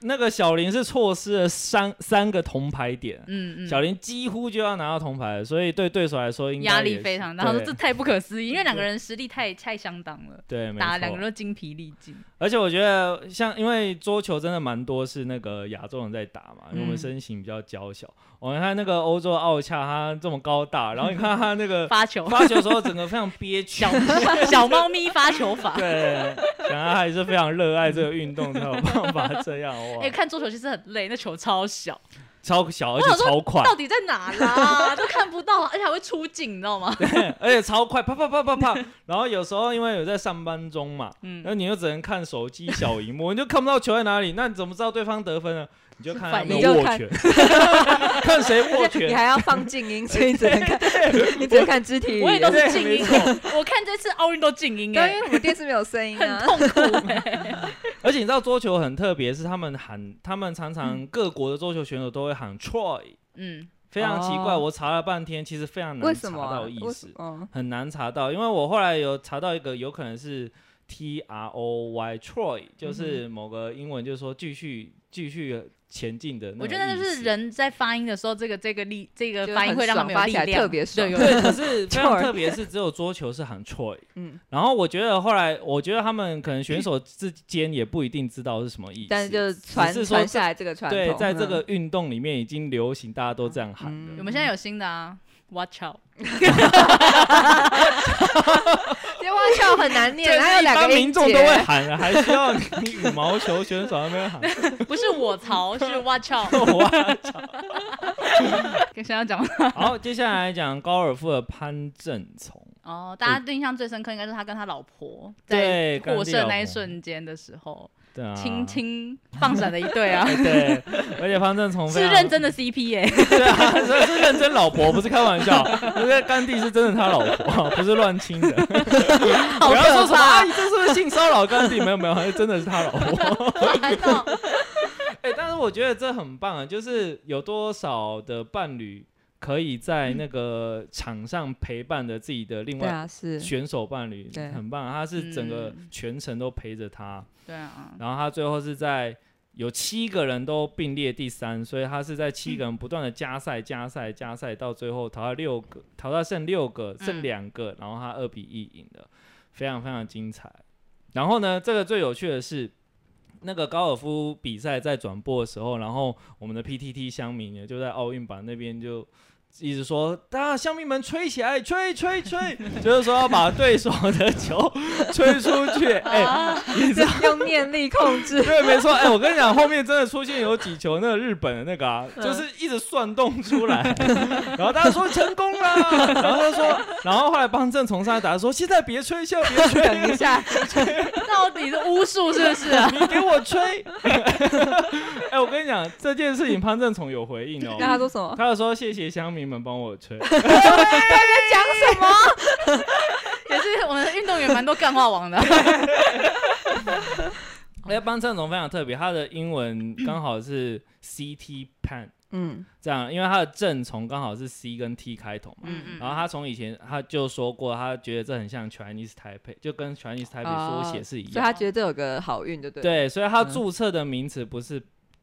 Speaker 3: 那个小林是错失了三三个铜牌点，
Speaker 5: 嗯
Speaker 3: 小
Speaker 5: 嗯，
Speaker 3: 林几乎就要拿到铜牌了，所以对对手来说应该
Speaker 5: 压
Speaker 3: 也
Speaker 5: 力
Speaker 3: 是
Speaker 5: 非常大。他说
Speaker 3: 对
Speaker 5: 这太不可思议，因为两个人实力太太相当了，
Speaker 3: 对，没
Speaker 5: 打两个人
Speaker 3: 错。
Speaker 5: 都精疲力尽。
Speaker 3: 而且我觉得像因为桌球真的蛮多是那个亚洲人在打嘛，因为我们
Speaker 5: 嗯
Speaker 3: 身形比较娇小。我、看那个欧洲奥恰，他这么高大，然后你看他那个
Speaker 5: 发球，
Speaker 3: 发球的时候整个非常憋屈
Speaker 5: 小。小猫咪发球法。
Speaker 3: 对，哦想来还是非常热爱这个运动，才有办法这样哇
Speaker 5: 哎、，看桌球其实很累，那球超小，
Speaker 3: 超小而
Speaker 5: 我想
Speaker 3: 且
Speaker 5: 说
Speaker 3: 超快，
Speaker 5: 到底在哪啦？都看不到，而且还会出镜，你知道吗？
Speaker 3: [laughs] 而且超快，啪啪啪啪
Speaker 2: [laughs]
Speaker 3: 啪。然后有时候因为有在上班中嘛，
Speaker 5: 嗯
Speaker 3: 然后你又只能看手机小荧幕，你就 [laughs] 看不到球在哪里，那你怎么知道对方得分呢？你就看他有没
Speaker 2: 反
Speaker 3: 有
Speaker 2: 应
Speaker 3: 握拳， [laughs] 看谁
Speaker 2: [laughs]
Speaker 3: 握
Speaker 2: 你
Speaker 3: 拳。
Speaker 2: 还要放静音，所以你只能看，你只能看肢体语
Speaker 5: 我也都
Speaker 2: 言。
Speaker 5: 是静音，我看这次奥运都静音
Speaker 2: 对，
Speaker 5: 哎、
Speaker 2: 因为我们电视没有声音
Speaker 5: 很
Speaker 2: 啊。
Speaker 5: 痛苦哎、
Speaker 3: 而且你知道桌球很特别，是他们喊，他们常
Speaker 2: 嗯
Speaker 3: 常各国的桌球选手都会喊 Troy，
Speaker 5: 嗯，
Speaker 3: 非常奇怪。
Speaker 2: 哦
Speaker 3: 我查了半天，其实非常
Speaker 2: 为
Speaker 3: 难查
Speaker 2: 什么啊？
Speaker 3: 到意
Speaker 2: 为什
Speaker 3: 思，
Speaker 2: 么？
Speaker 3: 很难查到。因为我后来有查到一个，有可能是 T R O Y
Speaker 2: 嗯
Speaker 3: Troy，就是某个英文，就是说继续继续前进的那种
Speaker 5: 我觉
Speaker 3: 意思。
Speaker 5: 得那就是人在发音的时候，这个这个力，这个
Speaker 2: 就是
Speaker 5: 发音会让他们有
Speaker 2: 很爽
Speaker 5: 力
Speaker 2: 发起来
Speaker 5: 量，
Speaker 2: 特别爽
Speaker 5: 对，有
Speaker 3: 对，可
Speaker 2: [laughs]
Speaker 3: 是非常
Speaker 2: Troy
Speaker 3: 特别是只有桌球是喊 Troy，
Speaker 2: 嗯，
Speaker 3: 然后我觉得后来我觉得他们可能选手之间也不一定知道是什么意思，
Speaker 2: 但是就是
Speaker 3: 只是
Speaker 2: 传
Speaker 3: 说
Speaker 2: 传下来这个传统，
Speaker 3: 对，在这个
Speaker 2: 嗯
Speaker 3: 运动里面已经流行，大家都这样喊
Speaker 2: 嗯
Speaker 5: 我们现在有新的啊，Watch out！
Speaker 2: 因为蛙跳很难
Speaker 3: 这
Speaker 2: 念，
Speaker 3: 是
Speaker 2: 还有
Speaker 3: 一
Speaker 2: 两
Speaker 3: 般
Speaker 2: 个音
Speaker 3: 民众都
Speaker 2: 节。
Speaker 3: 会喊的，还需要你羽毛球选手在那
Speaker 2: [laughs]
Speaker 3: 边喊？
Speaker 5: 不是我曹，是 Watch out！跟想要讲吗
Speaker 3: 好，接下来讲高尔夫的潘正从，
Speaker 5: 哦，大家印象最深刻应该是他跟他老婆在
Speaker 3: 对
Speaker 5: 获
Speaker 3: 跟
Speaker 5: 胜
Speaker 3: 老
Speaker 5: 那一
Speaker 3: 婆
Speaker 5: 瞬间的时候，
Speaker 3: 对啊，，
Speaker 5: 轻轻放闪的一对 [laughs] 啊
Speaker 3: 对，而且潘正从非
Speaker 5: 是
Speaker 3: 常
Speaker 5: 认真的 CP 哎、
Speaker 3: [laughs] 对啊，这是认真老婆，不是开玩笑。那个甘地是真的他老婆，啊不是乱亲
Speaker 5: [laughs]
Speaker 3: 的。不要说什么，啊、你这是不是性骚扰甘地？没有没有，真的是他老婆。 [laughs]
Speaker 5: 烦 [laughs] 到
Speaker 3: 哎、但是我觉得这很棒啊，就是有多少的伴侣可以
Speaker 5: 嗯
Speaker 3: 在那个场上陪伴着自己的另
Speaker 2: 对
Speaker 3: 外
Speaker 2: 啊，是
Speaker 3: 选手伴侣，
Speaker 2: 对
Speaker 3: 很棒啊。他是整个
Speaker 5: 嗯
Speaker 3: 全程都陪着他。
Speaker 5: 对啊，
Speaker 3: 然后他最后是在有七个人都并列第三，所以他是在七个人不断的加赛、加赛、加赛，到最后淘汰六个，淘汰剩六个，剩
Speaker 5: 嗯
Speaker 3: 两个，然后他二比一赢的，非常非常精彩。然后呢，这个最有趣的是。那个高尔夫比赛在转播的时候，然后我们的 PTT 乡民呢就在奥运版那边就一直说，大家乡民们吹起来，吹吹吹， [laughs] 就是说要把对手的球吹出去。哎、
Speaker 2: [laughs] 用念力控制。
Speaker 3: [laughs] 对，没错。哎、我跟你讲，后面真的出现有几球那个日本的那个啊，
Speaker 2: 嗯
Speaker 3: 就是一直算动出来， [laughs] 然后大家说成功啦，然后他说，然后后来帮郑从上来打说，现在别吹，现在别吹，
Speaker 2: 等一 [laughs] 下，
Speaker 5: 到底是巫术是不是啊？
Speaker 3: 你给我吹。 [laughs] 哎、我跟你讲这件事情，潘正从有回应哦。
Speaker 2: [laughs] 那他说什么？
Speaker 3: 他有说谢谢乡民们帮我吹，
Speaker 2: [laughs] 讲什么？
Speaker 5: [laughs] 也是我们运动员蛮多干话王的，
Speaker 3: 哎，潘正从非常特别，他的英文刚好是 CT pan
Speaker 2: 嗯，
Speaker 3: 这样，因为他的正从刚好是 C 跟 T 开头嘛，
Speaker 5: 嗯嗯
Speaker 3: 然后他从以前他就说过，他觉得这很像 Chinese Taipei，就跟 Chinese Taipei 缩写是一
Speaker 2: 哦所以嗯
Speaker 3: 样。
Speaker 2: 他觉得这有个好运，就对了。
Speaker 3: 对，所以他注册的名词不是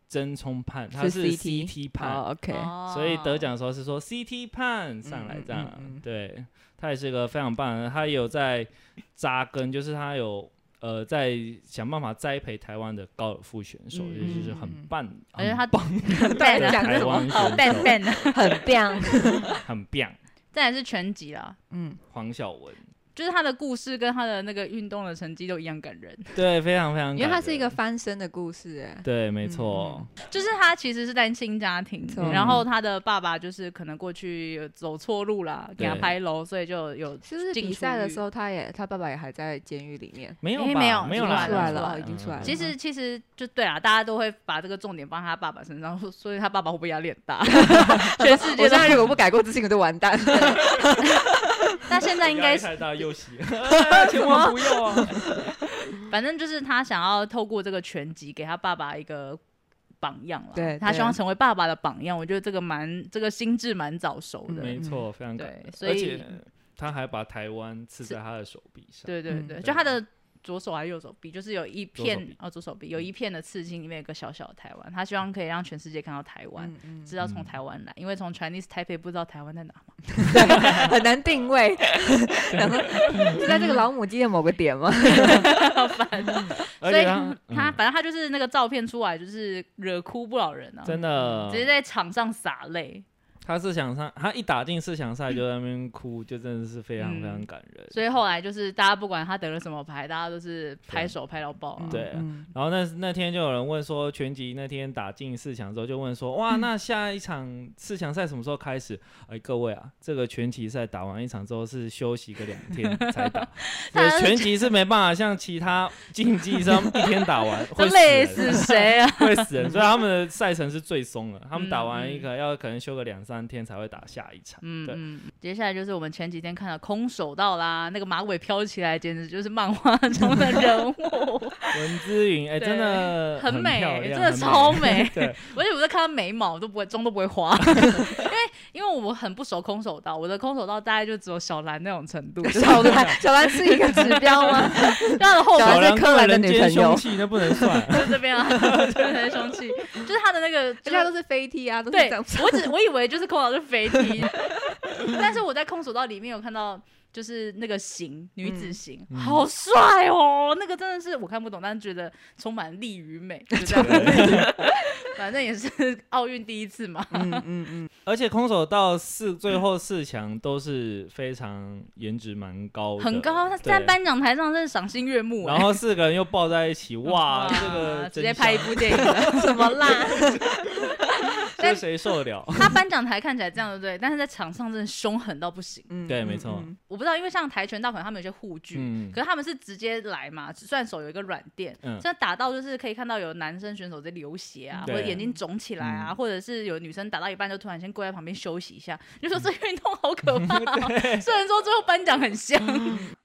Speaker 3: 真冲判，它是 CT 判，
Speaker 2: 哦，OK，
Speaker 5: 哦
Speaker 3: 所以得奖的时候是说 CT 判上来
Speaker 1: 嗯
Speaker 3: 这样，
Speaker 1: 嗯嗯嗯
Speaker 3: 对，他也是个非常棒的，他也有在扎根，就是他有呃在想办法栽培台湾的高尔夫选手，
Speaker 2: 嗯
Speaker 3: 这就是很棒，
Speaker 5: 而且他
Speaker 3: 很棒
Speaker 5: ban
Speaker 3: 的
Speaker 5: 啊
Speaker 2: 讲
Speaker 3: 台
Speaker 2: 什么
Speaker 3: 湾
Speaker 5: 哦
Speaker 3: 选
Speaker 5: ，ban
Speaker 3: 手，
Speaker 5: ban，
Speaker 2: 很棒，
Speaker 3: 很棒，
Speaker 5: 再来是全集啦，
Speaker 2: 嗯，
Speaker 3: 黄晓雯，
Speaker 5: 就是他的故事跟他的那个运动的成绩都一样感人。
Speaker 3: 对，非常非常，
Speaker 2: 因为它是一个。翻身的故事，哎，
Speaker 3: 对，没错，
Speaker 5: 就是他其实是单亲家庭
Speaker 2: 没，错
Speaker 5: 然后他的爸爸就是可能过去有走错路啦，给
Speaker 3: 对
Speaker 5: 他拍楼，所以就有
Speaker 2: 是不是
Speaker 5: 进
Speaker 2: 比赛
Speaker 5: 出
Speaker 2: 的
Speaker 5: 狱
Speaker 2: 时候，他也他爸爸也还在监狱里 [laughs] 面？
Speaker 3: 没有
Speaker 5: 诶
Speaker 3: 吧
Speaker 5: 没有
Speaker 3: 没有
Speaker 5: 出
Speaker 3: 啦，嗯
Speaker 5: 来了
Speaker 2: 哦已经出来了
Speaker 5: 其实其实就对啊，大家都会把这个重点放在他爸爸身上， [laughs] 所以他爸爸会不会压力很
Speaker 3: [laughs]
Speaker 5: 大？全世界都
Speaker 2: 我现在如果不改过自新，我就完蛋。
Speaker 5: 那现在应该是，
Speaker 3: 太大又
Speaker 5: [laughs]
Speaker 3: 喜，哎千万不要啊！
Speaker 5: 反正就是他想要透过这个拳击给他爸爸一个榜样了。
Speaker 2: 对
Speaker 5: 他
Speaker 2: 对
Speaker 5: 希望成为爸爸的榜样。我觉得这个蛮这个心智蛮早熟的。
Speaker 3: 嗯没错，非常感
Speaker 5: 对
Speaker 3: 人
Speaker 5: 所以
Speaker 3: 而且他还把台湾刺在他的手臂上。
Speaker 5: 对对
Speaker 2: 嗯
Speaker 5: 对，
Speaker 3: 对
Speaker 5: 就他的左手还是右手臂，就是有一
Speaker 3: 左手
Speaker 5: 片
Speaker 3: 臂嗯
Speaker 5: 哦，左手臂有一片的刺青，里面有个小小的台湾。他希望可以让全世界看到台湾，
Speaker 2: 嗯嗯
Speaker 5: 知道从
Speaker 3: 嗯
Speaker 5: 台湾来，因为从 Chinese Taipei 不知道台湾在哪嘛。
Speaker 2: 对， [laughs] 很难定 [laughs] 位。然后是在这个老母鸡的某个点吗？
Speaker 3: 而
Speaker 5: 所以
Speaker 3: 且
Speaker 5: 他
Speaker 3: 他
Speaker 5: 他
Speaker 3: 嗯
Speaker 5: 反正他就是那个照片出来，就是惹哭不少人啊，
Speaker 3: [laughs] 真的哦
Speaker 5: 直，接在场上洒泪。
Speaker 3: 他四强赛，他一打进四强赛就在那边哭，就真的是非常非
Speaker 5: 嗯
Speaker 3: 常感人。
Speaker 5: 所以后来就是大家不管他得了什么牌，大家都是拍手拍到爆啊。
Speaker 3: 对
Speaker 2: 嗯
Speaker 3: 然后那那天就有人问说，全集那天打进四强之后，就问说，哇，
Speaker 5: 嗯
Speaker 3: 那下一场四强赛什么时候开始？哎，各位啊，这个全集赛打完一场之后是休息个两天才
Speaker 5: [laughs]
Speaker 3: 打，所以全集是没办法像其他竞技上一天打
Speaker 5: [laughs]
Speaker 3: 完
Speaker 5: 都
Speaker 3: 会
Speaker 5: 累
Speaker 3: 死
Speaker 5: 死
Speaker 3: 人，
Speaker 5: 谁啊？ [laughs]
Speaker 3: 会死人，所以他们的赛程是最松的，他们打完一
Speaker 5: 嗯
Speaker 3: 个要可能休个两三天才会打下一场。
Speaker 5: 嗯
Speaker 3: 对，
Speaker 5: 嗯，接下来就是我们前几天看的空手道啦，那个马尾飘起来，简直就是
Speaker 3: [laughs]
Speaker 5: 漫画中的人物。 [laughs]
Speaker 3: 文之云，哎，
Speaker 5: 对
Speaker 3: 真的
Speaker 5: 很美
Speaker 3: 漂
Speaker 5: 欸
Speaker 3: 亮
Speaker 5: 真的超
Speaker 3: 很
Speaker 5: 美 [laughs]
Speaker 3: 对，
Speaker 5: 而且我在看他眉毛都不会，妆都不会花， [laughs] 因为因为我很不熟空手道，我的空手道大概就只有小兰那种程度，就是
Speaker 2: [laughs] 小兰，小兰是一个指标 [laughs] 吗？
Speaker 5: 他的后
Speaker 2: 小
Speaker 3: 小
Speaker 5: 手
Speaker 2: 兰是
Speaker 3: 兰
Speaker 2: 柯南的
Speaker 3: 人
Speaker 2: 女
Speaker 3: 间
Speaker 2: 朋友
Speaker 3: 凶器，那不能算。
Speaker 5: 就是这边 [laughs] 啊，就是很生气，就是他的那个，
Speaker 2: 大
Speaker 5: 就
Speaker 2: 家
Speaker 5: 是
Speaker 2: 都是飞踢啊，都是
Speaker 5: 对
Speaker 2: 这样。 [laughs]
Speaker 5: 我只我以为就是空手道是飞踢， [laughs] 但是我在空手道里面有看到。就是那个型女子型，
Speaker 3: 嗯
Speaker 5: 好帅哦！那个真的是我看不懂，但是觉得充满力与 [laughs] 美，就这样。反正也是奥运第一
Speaker 3: [laughs]
Speaker 5: 次嘛，
Speaker 2: 嗯嗯嗯，
Speaker 3: 而且空手道四最后四强都是非常颜值蛮高的，
Speaker 5: 很高，他
Speaker 3: 对
Speaker 5: 在颁奖台上真的赏心悦目、哎
Speaker 3: 然后四个人又抱在一
Speaker 5: [laughs]
Speaker 3: 起，哇，这个
Speaker 5: 直
Speaker 3: 真
Speaker 5: 接
Speaker 3: 香
Speaker 5: 拍一部电影了， [laughs] 什么啦？
Speaker 3: 这谁受得
Speaker 5: [laughs]
Speaker 3: 了？
Speaker 5: 他颁奖台看起来这样，对不对？但是在场上真的凶狠到不行。
Speaker 2: 嗯
Speaker 3: 对没错
Speaker 2: 嗯
Speaker 5: 我不知道，因为像跆拳道可能他们有些护具，
Speaker 3: 嗯
Speaker 5: 可，是他们是直接来嘛，虽然手有一个软垫，
Speaker 3: 嗯
Speaker 5: 这样打到就是可以看到有男生选手在流血啊，或
Speaker 3: 对
Speaker 5: 者眼睛肿起来啊，
Speaker 3: 嗯
Speaker 5: 或者是有女生打到一半就突然先跪在旁边休息一下，你就说这
Speaker 3: 嗯
Speaker 5: 运动好可怕、
Speaker 3: [laughs]
Speaker 5: 哦。虽然说最后颁奖很像，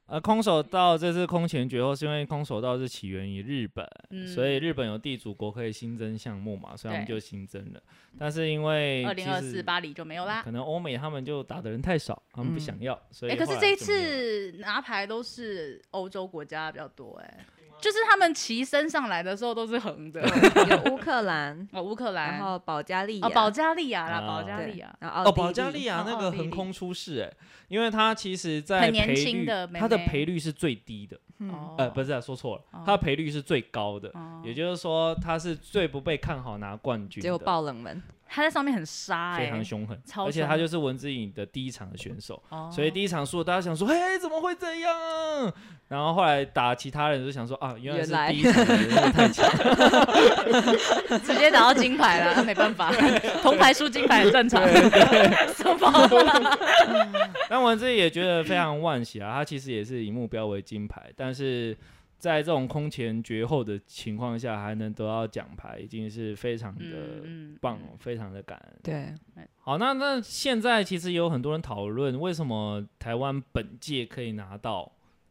Speaker 3: 呃，空手道这次空前绝后，是因为空手道是起源于日本，
Speaker 5: 嗯
Speaker 3: 所以日本有地主国可以新增项目嘛，所以他们
Speaker 5: 对
Speaker 3: 就新增了。但是因为
Speaker 5: 二零二
Speaker 3: 其
Speaker 5: 四
Speaker 3: 实
Speaker 5: 巴黎就没有啦。
Speaker 3: 可能欧美他们就打的人太少，他们不
Speaker 2: 嗯
Speaker 3: 想要，所
Speaker 5: 哎、
Speaker 3: 以
Speaker 5: 可是
Speaker 3: 后来
Speaker 5: 这一
Speaker 3: 就没有了
Speaker 5: 次拿牌都是欧洲国家比较多、哎，就是他们骑升上来的时候都是横的。
Speaker 2: 有乌克 [laughs] 兰，
Speaker 5: 哦，乌克兰，
Speaker 2: 然后保加利亚，
Speaker 5: 哦，保加利亚啦，
Speaker 3: 啊
Speaker 5: 保加
Speaker 2: 对
Speaker 5: 利亚，
Speaker 2: 然后
Speaker 3: 哦，
Speaker 2: 奥地
Speaker 3: 保加利
Speaker 2: 利
Speaker 3: 亚
Speaker 5: 哦
Speaker 3: 那
Speaker 5: 奥
Speaker 3: 个
Speaker 5: 地利
Speaker 3: 横空出世哎、因为它其实在
Speaker 5: 很年
Speaker 3: 赔
Speaker 5: 轻
Speaker 3: 率，
Speaker 5: 的妹
Speaker 3: 它的
Speaker 5: 妹
Speaker 3: 赔率是最低的，
Speaker 2: 嗯
Speaker 5: 哦，
Speaker 3: 呃，不是、啊、说错了，它的赔率是最高的，
Speaker 5: 哦
Speaker 3: 也就是说它是最不被看好拿冠军的，
Speaker 2: 结果爆冷门，
Speaker 5: 他在上面很杀
Speaker 3: 非
Speaker 5: 哎、
Speaker 3: 常凶狠，
Speaker 5: 超
Speaker 3: 而且
Speaker 5: 凶
Speaker 3: 他
Speaker 5: 的
Speaker 3: 就是文之颖的第一场的选手，
Speaker 5: 哦
Speaker 3: 所以第一场输，大家想说，嘿，怎么会这样？然后后来打其他人就想说，啊，原来
Speaker 2: 原
Speaker 3: 是
Speaker 2: 来
Speaker 3: 第一场的人物太强，
Speaker 5: 直接打到金牌
Speaker 3: [laughs]
Speaker 5: 了，那没办法，铜牌输金牌很正常。 [laughs] 什么？
Speaker 3: [laughs] 但我自己也觉得非常惋惜啊，他其实也是以目标为金牌，但是在这种空前绝后的情况下，还能得到奖牌，已经是非常的
Speaker 5: 嗯
Speaker 3: 棒，哦非常的感恩。
Speaker 2: 对，
Speaker 3: 好，那那现在其实有很多人讨论，为什么台湾本届可以拿到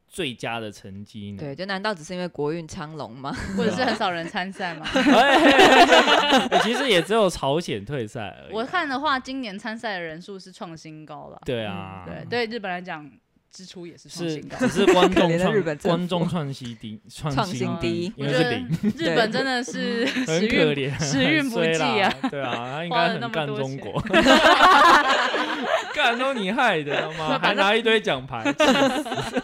Speaker 3: 最佳的成绩呢？ [laughs]
Speaker 2: 对，就难道只是因为国运昌隆吗？
Speaker 5: 嗯或者是很少人参赛嘛？
Speaker 3: 哎，哎哎其实也只有朝鲜退赛而已啊。
Speaker 5: 我看的话，今年参赛的人数是创新高了。
Speaker 2: 嗯
Speaker 3: 对啊，
Speaker 5: 对对，日本来讲支出也是创
Speaker 3: 是
Speaker 5: 新高
Speaker 3: 只。是观
Speaker 2: 可怜
Speaker 3: 众
Speaker 2: 的日本
Speaker 3: 创
Speaker 2: 政府
Speaker 3: 观众创新低，
Speaker 2: 创
Speaker 3: 创
Speaker 2: 新
Speaker 3: 新
Speaker 2: 低
Speaker 3: 因
Speaker 5: 我
Speaker 3: 为
Speaker 5: 觉
Speaker 3: 是
Speaker 5: 得
Speaker 3: 零，
Speaker 5: 日本真的是 [laughs] 时
Speaker 3: 很可
Speaker 5: 运
Speaker 3: 怜，
Speaker 5: 时运不
Speaker 3: 很
Speaker 5: 济
Speaker 3: 衰
Speaker 5: 啊
Speaker 3: 啦。对啊，他应
Speaker 5: 花
Speaker 3: 该
Speaker 5: 了那
Speaker 3: 很
Speaker 5: 么
Speaker 3: 干
Speaker 5: 多
Speaker 3: 中
Speaker 5: 钱 [laughs]
Speaker 3: 国，干都你害的，他
Speaker 5: [laughs]
Speaker 3: 妈还拿一堆奖牌，气死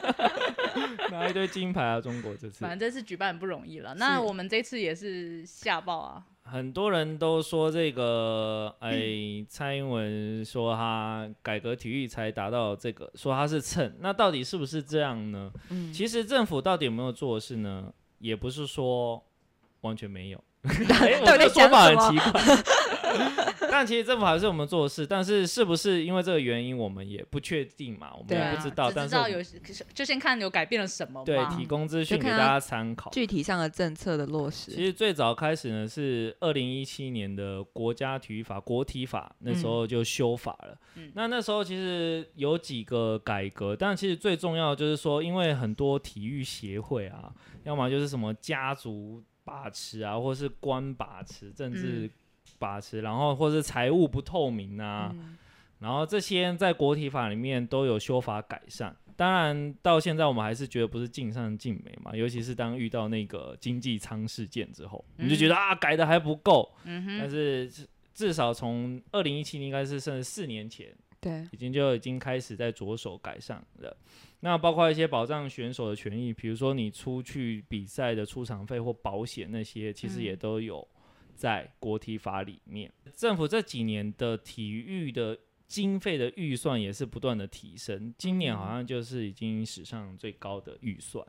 Speaker 3: 拿一堆金牌啊！中国这次
Speaker 5: 反正这次举办很不容易了。那我们这次也是吓爆啊！
Speaker 3: 很多人都说这个，哎，蔡英文说他改革体育才达到这个，说他是蹭，那到底是不是这样呢？
Speaker 2: 嗯，
Speaker 3: 其实政府到底有没有做事呢？也不是说完全没
Speaker 2: [laughs]
Speaker 3: 有，哎，我
Speaker 2: 到底
Speaker 3: 这说法
Speaker 2: 讲什
Speaker 3: 很
Speaker 2: 么
Speaker 3: 奇怪。 [laughs] 但其实政府还是我们做事，但是是不是因为这个原因，我们也不确定嘛，我们
Speaker 2: 对
Speaker 3: 也
Speaker 5: 啊
Speaker 3: 不知道。
Speaker 5: 只
Speaker 3: 但
Speaker 5: 知
Speaker 3: 是我
Speaker 5: 道
Speaker 3: 们
Speaker 5: 有可是就先看有改变了什么
Speaker 3: 对
Speaker 5: 吧。
Speaker 3: 提供资讯
Speaker 2: 就
Speaker 3: 给
Speaker 2: 看
Speaker 3: 大
Speaker 2: 他
Speaker 3: 家参考。
Speaker 2: [laughs] 具体上的政策的落
Speaker 3: 其
Speaker 2: 实，
Speaker 3: 实最早开始呢是二零一七年的国家体育法、国体法，那
Speaker 2: 嗯
Speaker 3: 时候就修法了。
Speaker 5: 嗯
Speaker 3: 那那时候其实有几个改革，但其实最重要的就是说，因为很多体育协会啊，要么就是什么家族把持啊，或是官把持、政
Speaker 2: 嗯
Speaker 3: 治把持，然后或是财务不透明啊，
Speaker 2: 嗯
Speaker 3: 然后这些在国体法里面都有修法改善。当然，到现在我们还是觉得不是尽善尽美嘛，尤其是当遇到那个经济舱事件之后，我们就觉得啊改的还不够。
Speaker 5: 嗯
Speaker 3: 但
Speaker 5: 哼，
Speaker 3: 是至至少从二零一七年应该是甚至四年前，
Speaker 2: 对，
Speaker 3: 已经就已经开始在着手改善了。那包括一些保障选手的权益，比如说你出去比赛的出场费或保险那些，其实也都有在国体法里面。政府这几年的体育的经费的预算也是不断的提升，今年好像就是已经史上最高的预算。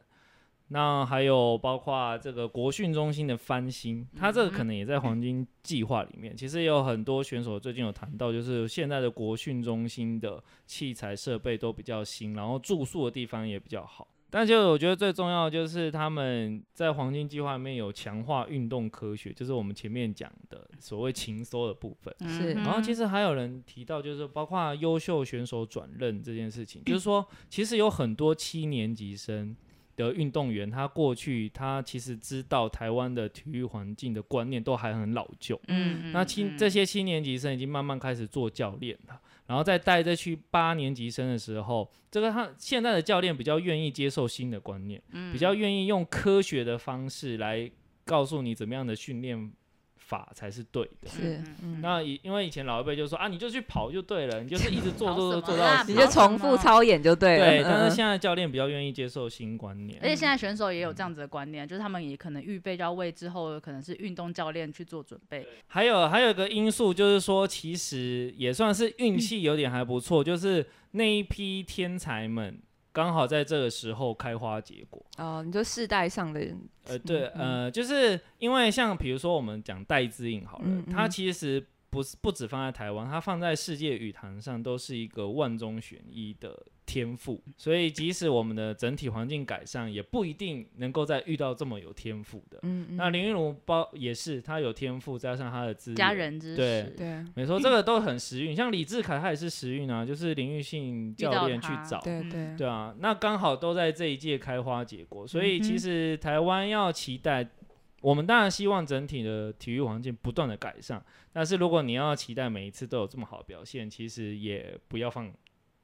Speaker 3: 那还有包括这个国训中心的翻新，它这个可能也在黄金计划里面。其实也有很多选手最近有谈到，就是现在的国训中心的器材设备都比较新，然后住宿的地方也比较好。但就我觉得最重要的就是他们在黄金计划里面有强化运动科学，就是我们前面讲的所谓情搜的部分。
Speaker 2: 是
Speaker 5: 嗯哼
Speaker 3: 然后其实还有人提到，就是包括优秀选手转任这件事情，
Speaker 5: 嗯
Speaker 3: 就是说，其实有很多七年级生的运动员，他过去他其实知道台湾的体育环境的观念都还很老旧。
Speaker 5: 嗯，
Speaker 3: 那七这些七年级生已经慢慢开始做教练了，然后在带这去八年级生的时候，这个他现在的教练比较愿意接受新的观念，
Speaker 5: 嗯
Speaker 3: 比较愿意用科学的方式来告诉你怎么样的训练法才是对的。
Speaker 2: 是
Speaker 5: 嗯，
Speaker 2: 嗯，
Speaker 3: 那以因为以前老一辈就说啊，你就去跑就对了，你就是一直做做做
Speaker 5: 跑什
Speaker 3: 做
Speaker 5: 么啦
Speaker 3: 到死啊
Speaker 2: 你
Speaker 5: 跑
Speaker 2: 就重复操演就对了。
Speaker 3: 对。但
Speaker 2: 嗯
Speaker 3: 是现在教练比较愿意接受新观念
Speaker 5: 而，且现在选手也
Speaker 3: 嗯
Speaker 5: 有这样子的观念，就是他们也可能预备要为之后可能是运动教练去做准备。
Speaker 3: 还有还有一个因素就是说，其实也算是运气有点还不错，就是那一批天才们刚好在这个时候开花结果。
Speaker 2: 哦，你说世代上的
Speaker 3: 呃，对，
Speaker 2: 嗯
Speaker 3: 呃，就是因为像比如说我们讲戴资颖好了，
Speaker 2: 嗯
Speaker 3: 它
Speaker 2: 嗯
Speaker 3: 其实不是不止放在台湾，它放在世界羽坛上都是一个万中选一的天赋，所以即使我们的整体环境改善，也不一定能够再遇到这么有天赋的。
Speaker 2: 嗯，嗯
Speaker 3: 那林云儒包也是，他有天赋，加上他的资源
Speaker 5: 家人之
Speaker 3: 对
Speaker 5: 识，
Speaker 2: 对
Speaker 3: 没错，这个都很时运。像李志凯他也是时运啊，就是林玉信教练去
Speaker 5: 遇到他
Speaker 3: 找，
Speaker 2: 对
Speaker 5: 嗯
Speaker 2: 对
Speaker 3: 对啊，那刚好都在这一届开花结果，所以
Speaker 5: 嗯
Speaker 3: 其
Speaker 5: 哼
Speaker 3: 实台湾要期待，我们当然希望整体的体育环境不断的改善，但是如果你要期待每一次都有这么好的表现，其实也不要放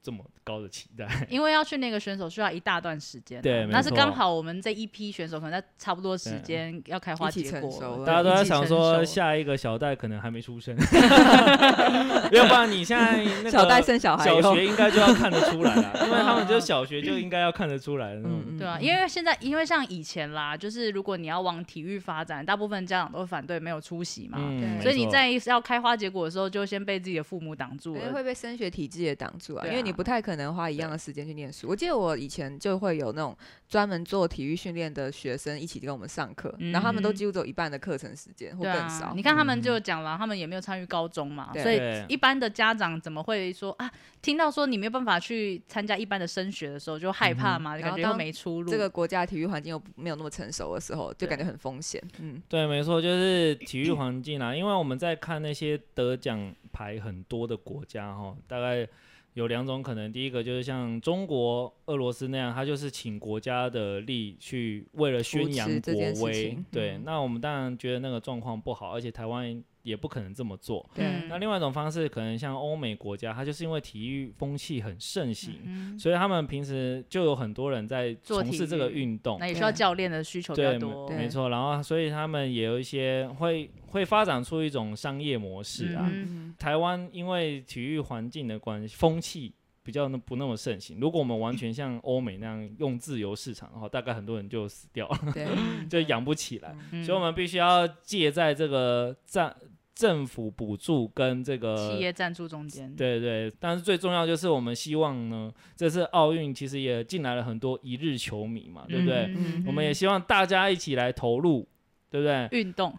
Speaker 3: 这么高的期待。
Speaker 5: [laughs]
Speaker 3: [laughs]
Speaker 5: 因为要去那个选手需要一大段时间啊，
Speaker 3: 对没
Speaker 5: 那是
Speaker 3: 错
Speaker 5: 刚好我们这一批选手可能在差不多时
Speaker 3: 对
Speaker 5: 间要开花
Speaker 2: 一起
Speaker 5: 结
Speaker 2: 成
Speaker 5: 果
Speaker 2: 熟了
Speaker 3: 大家都在
Speaker 5: 一起
Speaker 3: 想
Speaker 5: 成
Speaker 3: 说，
Speaker 5: 熟
Speaker 3: 下一个小戴可能还没出生， [laughs] 要不然你现在那个
Speaker 2: 小戴生小孩嗯以
Speaker 3: 小
Speaker 2: 后，
Speaker 3: 学嗯应该就要看得出来了，因为他们
Speaker 5: 嗯
Speaker 3: 就小学就应该要看得出来的那种。
Speaker 2: 嗯
Speaker 5: 对啊，
Speaker 2: 嗯
Speaker 5: 因为现在因为像以前啦，就是如果你要往体育发展，大部分家长都反对没有出席嘛，
Speaker 3: 嗯，
Speaker 5: 所以
Speaker 3: 没
Speaker 5: 你
Speaker 3: 错
Speaker 5: 在要开花结果的时候，就先被自己的父母挡住
Speaker 2: 因为
Speaker 5: 了。
Speaker 2: 哎会被升学体制也挡住啊，
Speaker 5: 对
Speaker 2: 因为你
Speaker 5: 啊
Speaker 2: 不太可能花一样的时间去念书。我记得我以前就会有那种专门做体育训练的学生一起跟我们上课，然后他们都
Speaker 5: 嗯
Speaker 2: 几乎只有一半的课程时间或
Speaker 5: 对
Speaker 2: 更
Speaker 5: 啊
Speaker 2: 少，。
Speaker 5: 你看他
Speaker 3: 嗯
Speaker 5: 们就讲了，他们也没有参与高中嘛，
Speaker 2: 对
Speaker 5: 所以
Speaker 3: 对
Speaker 5: 一般的家长怎么会说啊？听到说你没有办法去参加一般的升学的时候，就害怕嘛，就
Speaker 2: 嗯然
Speaker 5: 感
Speaker 2: 后
Speaker 5: 觉又
Speaker 2: 当
Speaker 5: 没出路。
Speaker 2: 这个国家体育环境又不没有那么成熟的时候，就
Speaker 5: 对
Speaker 2: 感觉很风险。嗯，
Speaker 3: 对，没错，就是体育环境啦。因为我们在看那些得奖牌很多的国家哈，大概有两种可能。第一个就是像中国、俄罗斯那样，他就是请国家的力去为了宣扬
Speaker 2: 扶持这件
Speaker 3: 国
Speaker 2: 事
Speaker 3: 威
Speaker 2: 情。
Speaker 3: 对，
Speaker 2: 嗯
Speaker 3: 那我们当然觉得那个状况不好，而且台湾也不可能这么做。
Speaker 5: 嗯
Speaker 2: 对，
Speaker 3: 那另外一种方式，可能像欧美国家，它就是因为体育风气很盛行，
Speaker 5: 嗯
Speaker 3: 所以他们平时就有很多人在
Speaker 5: 做
Speaker 3: 从
Speaker 5: 体
Speaker 3: 事这个
Speaker 5: 育
Speaker 3: 运动
Speaker 5: 那。也需要教练的需求比较
Speaker 3: 对，
Speaker 5: 多。
Speaker 3: 没没错。然后，所以他们也有一些会会发展出一种商业模式啊。
Speaker 5: 嗯
Speaker 2: 嗯
Speaker 3: 台湾因为体育环境的关系，风气比较那不那么盛行。如果我们完全像欧美那样用自由市场的话，大概很多人就死掉了，
Speaker 2: 嗯
Speaker 3: [laughs] 就
Speaker 2: 对，
Speaker 3: 养不起来。
Speaker 2: 嗯
Speaker 5: 嗯
Speaker 3: 所以我们必须要借在这个政政府补助跟这个
Speaker 5: 企业赞助中间，
Speaker 3: 呃对对，但是最重要就是我们希望呢，这次奥运其实也进来了很多一日球迷嘛，对不对？
Speaker 5: 嗯
Speaker 3: 我们也希望大家一起来投入，对不 [laughs] 对？
Speaker 5: 运动，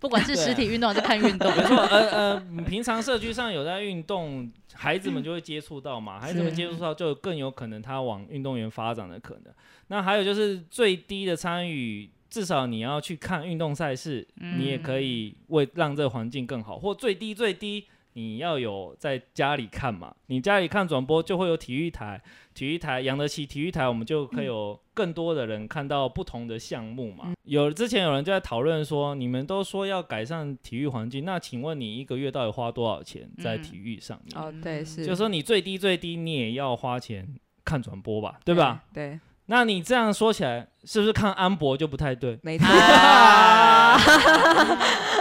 Speaker 5: 不管是
Speaker 3: 对
Speaker 5: 实体运动还是看运动，
Speaker 3: 没 [laughs] 错，呃呃，平常社区上有在运动，孩子们就会接触到嘛，孩子们接触到就更有可能他往运动员发展的可能。那还有就是最低的参与，至少你要去看运动赛事，你也可以为让这个环境更好，或最低最低。你要有在家里看嘛，你家里看转播就会有体育台，体育台养得起体育台，我们就可以有更多的人看到不同的项目嘛。有之前有人就在讨论说，你们都说要改善体育环境，那请问你一个月到底花多少钱在体育上面？
Speaker 2: 哦，对，是，
Speaker 3: 就说你最低最低你也要花钱看转播吧，对吧？
Speaker 2: 对，
Speaker 3: 那你这样说起来，是不是看安博就不太对？
Speaker 2: 没错，
Speaker 3: [laughs]
Speaker 5: 啊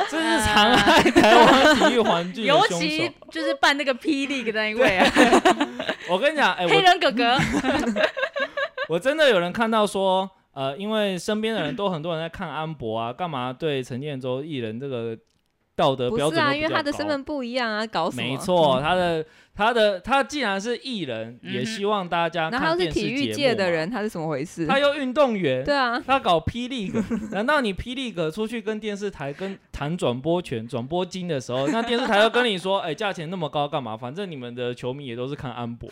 Speaker 3: 这是残害台湾体育环境的
Speaker 5: [laughs] 尤
Speaker 3: 凶
Speaker 5: 其
Speaker 3: 手。哎
Speaker 5: 就是办那个霹雳的那一位啊，
Speaker 3: 我跟你讲，
Speaker 5: [laughs]
Speaker 3: 哎、
Speaker 5: 黑人
Speaker 3: [laughs]
Speaker 5: 哥哥，
Speaker 3: 我我真的有人看到说。呃，因为身边的人都很多人在看安博啊，干嘛对陈建州艺人这个道德
Speaker 2: 不
Speaker 3: 标
Speaker 2: 是
Speaker 3: 准都
Speaker 2: 啊，
Speaker 3: 比
Speaker 2: 因为
Speaker 3: 较
Speaker 2: 他的
Speaker 3: 高
Speaker 2: 身份不一样啊，搞什么？
Speaker 3: 没错，他的他的他既然是艺人，
Speaker 5: 嗯哼
Speaker 3: 也希望大家
Speaker 2: 然
Speaker 3: 看
Speaker 2: 后他
Speaker 3: 电
Speaker 2: 是
Speaker 3: 视
Speaker 2: 体育
Speaker 3: 节
Speaker 2: 界
Speaker 3: 目
Speaker 2: 的
Speaker 3: 嘛，
Speaker 2: 人，他是怎么回
Speaker 3: [laughs]
Speaker 2: 事？
Speaker 3: 他又运动员，[laughs]
Speaker 2: 对啊，
Speaker 3: 他搞霹雳哥，难道你霹雳哥出去跟电视台跟谈转播权、转播金的时候，那电视台要跟你说， [laughs] 哎，价钱那么高干嘛？反正你们的球迷也都是看安博，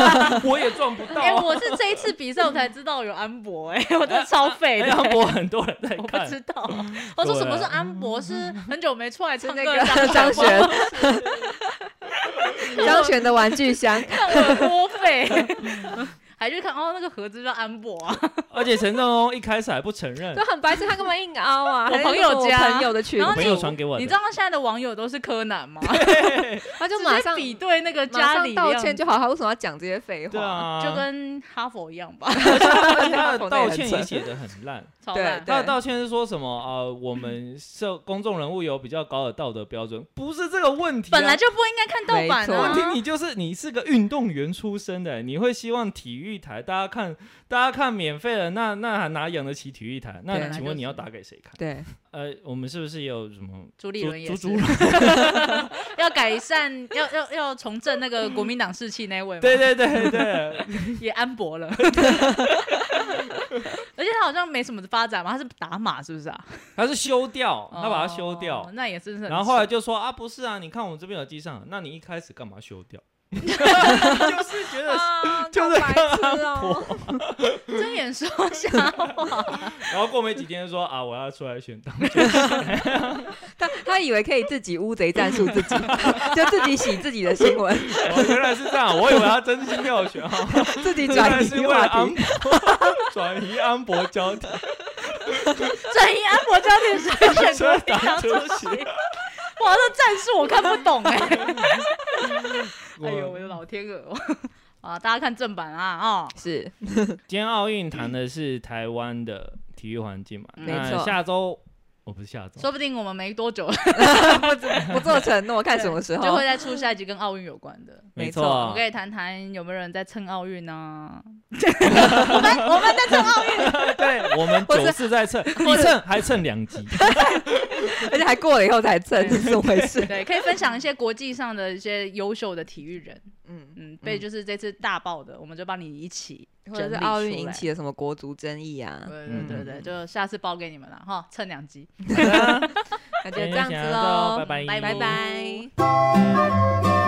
Speaker 3: [laughs] 我也赚不
Speaker 2: [laughs]
Speaker 3: 到
Speaker 5: 哎，
Speaker 3: 啊。
Speaker 5: 我是这一次比赛我才知道有安博，哎，我真的超废
Speaker 3: 哎
Speaker 5: 的，
Speaker 3: 安博很多人在
Speaker 5: 我不
Speaker 3: 看，啊
Speaker 5: 知道，我说什么是安博？是很久没出来
Speaker 2: 嗯是
Speaker 5: 唱
Speaker 2: 那
Speaker 5: 歌
Speaker 2: 个
Speaker 5: 的 [laughs]
Speaker 2: 张
Speaker 5: 张
Speaker 2: 悬，张悬的玩具
Speaker 3: [laughs]
Speaker 2: 箱， [laughs]
Speaker 5: 看我多废，还去看哦，那个盒子叫安博啊，
Speaker 3: 而且陈正龙一开始还不承认
Speaker 2: 就，很白痴，他干嘛硬凹啊？
Speaker 5: 我
Speaker 2: 还
Speaker 5: 朋友
Speaker 2: 说我
Speaker 5: 家
Speaker 2: 朋友的群
Speaker 5: 然后
Speaker 3: 朋友传给我
Speaker 5: 你知
Speaker 3: 的。
Speaker 5: 道现在的网友都是柯南吗？
Speaker 2: [laughs] 他就马上
Speaker 5: 直接比对那个
Speaker 2: 马
Speaker 5: 家
Speaker 2: 上
Speaker 5: 里
Speaker 2: 道
Speaker 5: 的样
Speaker 2: 歉
Speaker 5: 子
Speaker 2: 就好，他为什么要讲这些废话？
Speaker 3: 对啊，
Speaker 5: 就跟哈佛一样吧，
Speaker 3: 而且他的道歉也写的很烂，
Speaker 5: 超
Speaker 2: 对
Speaker 5: 烂。
Speaker 3: 他的道歉是说什么啊、呃我们社公众人物有比较高的道德标准，不是这个问题、啊。
Speaker 5: 本来就不应该看盗版
Speaker 2: 没错
Speaker 3: 问题，
Speaker 5: 啊！
Speaker 3: 你就是你是个运动员出身的，你会希望体育台大家看，大家看免费的，那那还哪养得起体育台？
Speaker 2: 对
Speaker 3: 那
Speaker 5: 本来
Speaker 3: 请
Speaker 5: 就是
Speaker 3: 问你要打给谁看？
Speaker 2: 对，
Speaker 3: 呃，我们是不是也有什么？
Speaker 5: 朱立
Speaker 3: 朱
Speaker 5: 伦也
Speaker 3: 朱
Speaker 5: 是
Speaker 3: 朱，
Speaker 5: 要改善， [laughs] 要要要重振那个国民党士气那位嘛，
Speaker 3: 对对对对，
Speaker 5: 也安博了。 [laughs] 而且他好像没什么发展嘛，他是打码是不是啊？
Speaker 3: 他是修掉，他把它修掉
Speaker 5: 哦，那也真是很
Speaker 3: 然后后来就说啊，不是啊，你看我们这边有机上，那你一开始干嘛修
Speaker 2: [laughs]
Speaker 3: 掉？ [laughs] 就是觉得
Speaker 2: 啊
Speaker 3: 就是
Speaker 2: 好白痴哦，
Speaker 3: [laughs]
Speaker 5: 睁眼说瞎话，
Speaker 3: 然后过没几天就说啊，我要出来选党。
Speaker 2: [laughs] 他他以为可以自己乌贼战术自己， [laughs] 就自己洗自己的新闻，
Speaker 3: 哦，原来是这样，我以为他真心要选哈，
Speaker 2: 自
Speaker 3: [laughs]
Speaker 2: 己
Speaker 3: 原来
Speaker 2: 转
Speaker 3: 是
Speaker 2: 移
Speaker 3: 为了
Speaker 2: 话
Speaker 3: 安
Speaker 2: 题。
Speaker 3: 博转移安博焦
Speaker 2: [laughs]
Speaker 3: 点，
Speaker 5: 转移安博焦点是选国
Speaker 3: [laughs]
Speaker 5: 民党主席。
Speaker 2: [laughs]
Speaker 5: 哇，这战术我看不懂哎、
Speaker 2: [laughs]
Speaker 5: 哎呦，我的老天鹅！ [laughs] 啊，大家看正版啊，哦，
Speaker 2: 是
Speaker 3: 今天奥运谈的是台湾的体育环境嘛？
Speaker 5: 嗯
Speaker 3: 那
Speaker 2: 没错
Speaker 3: 下周哦我不是下周，
Speaker 5: 说不定我们没多
Speaker 2: [laughs]
Speaker 5: 久
Speaker 2: 不做承诺，看什么时
Speaker 5: 就
Speaker 3: [laughs]
Speaker 2: 候
Speaker 5: 会。再出下一集跟奥运有关的。
Speaker 2: 没错
Speaker 5: 我
Speaker 3: 错啊
Speaker 5: 们可，以谈谈有没有人在蹭奥运啊
Speaker 2: [laughs]
Speaker 5: 呢？我们我们在蹭奥运，
Speaker 3: 对我们九次在蹭，一蹭还蹭两集，
Speaker 2: [laughs] 而且还过了以后才蹭，
Speaker 5: 对
Speaker 2: 是怎么回
Speaker 5: [laughs]
Speaker 2: 事？
Speaker 5: 对，可以分享一些国际上的一些优秀的体育人，
Speaker 2: 嗯，
Speaker 5: [laughs] 嗯，被就是这次大爆的，我们就帮你一起
Speaker 2: 或者是
Speaker 5: 整理
Speaker 2: 奥运
Speaker 5: 出
Speaker 2: 引
Speaker 5: 来
Speaker 2: 起了什么国足争议啊？
Speaker 5: [laughs] 对对对对，就下次包给你们了哈，蹭两集。
Speaker 2: [laughs] 那就这样
Speaker 3: 今
Speaker 2: 子
Speaker 3: 天先到
Speaker 2: 喽，
Speaker 3: 拜拜
Speaker 5: 拜
Speaker 2: 拜拜。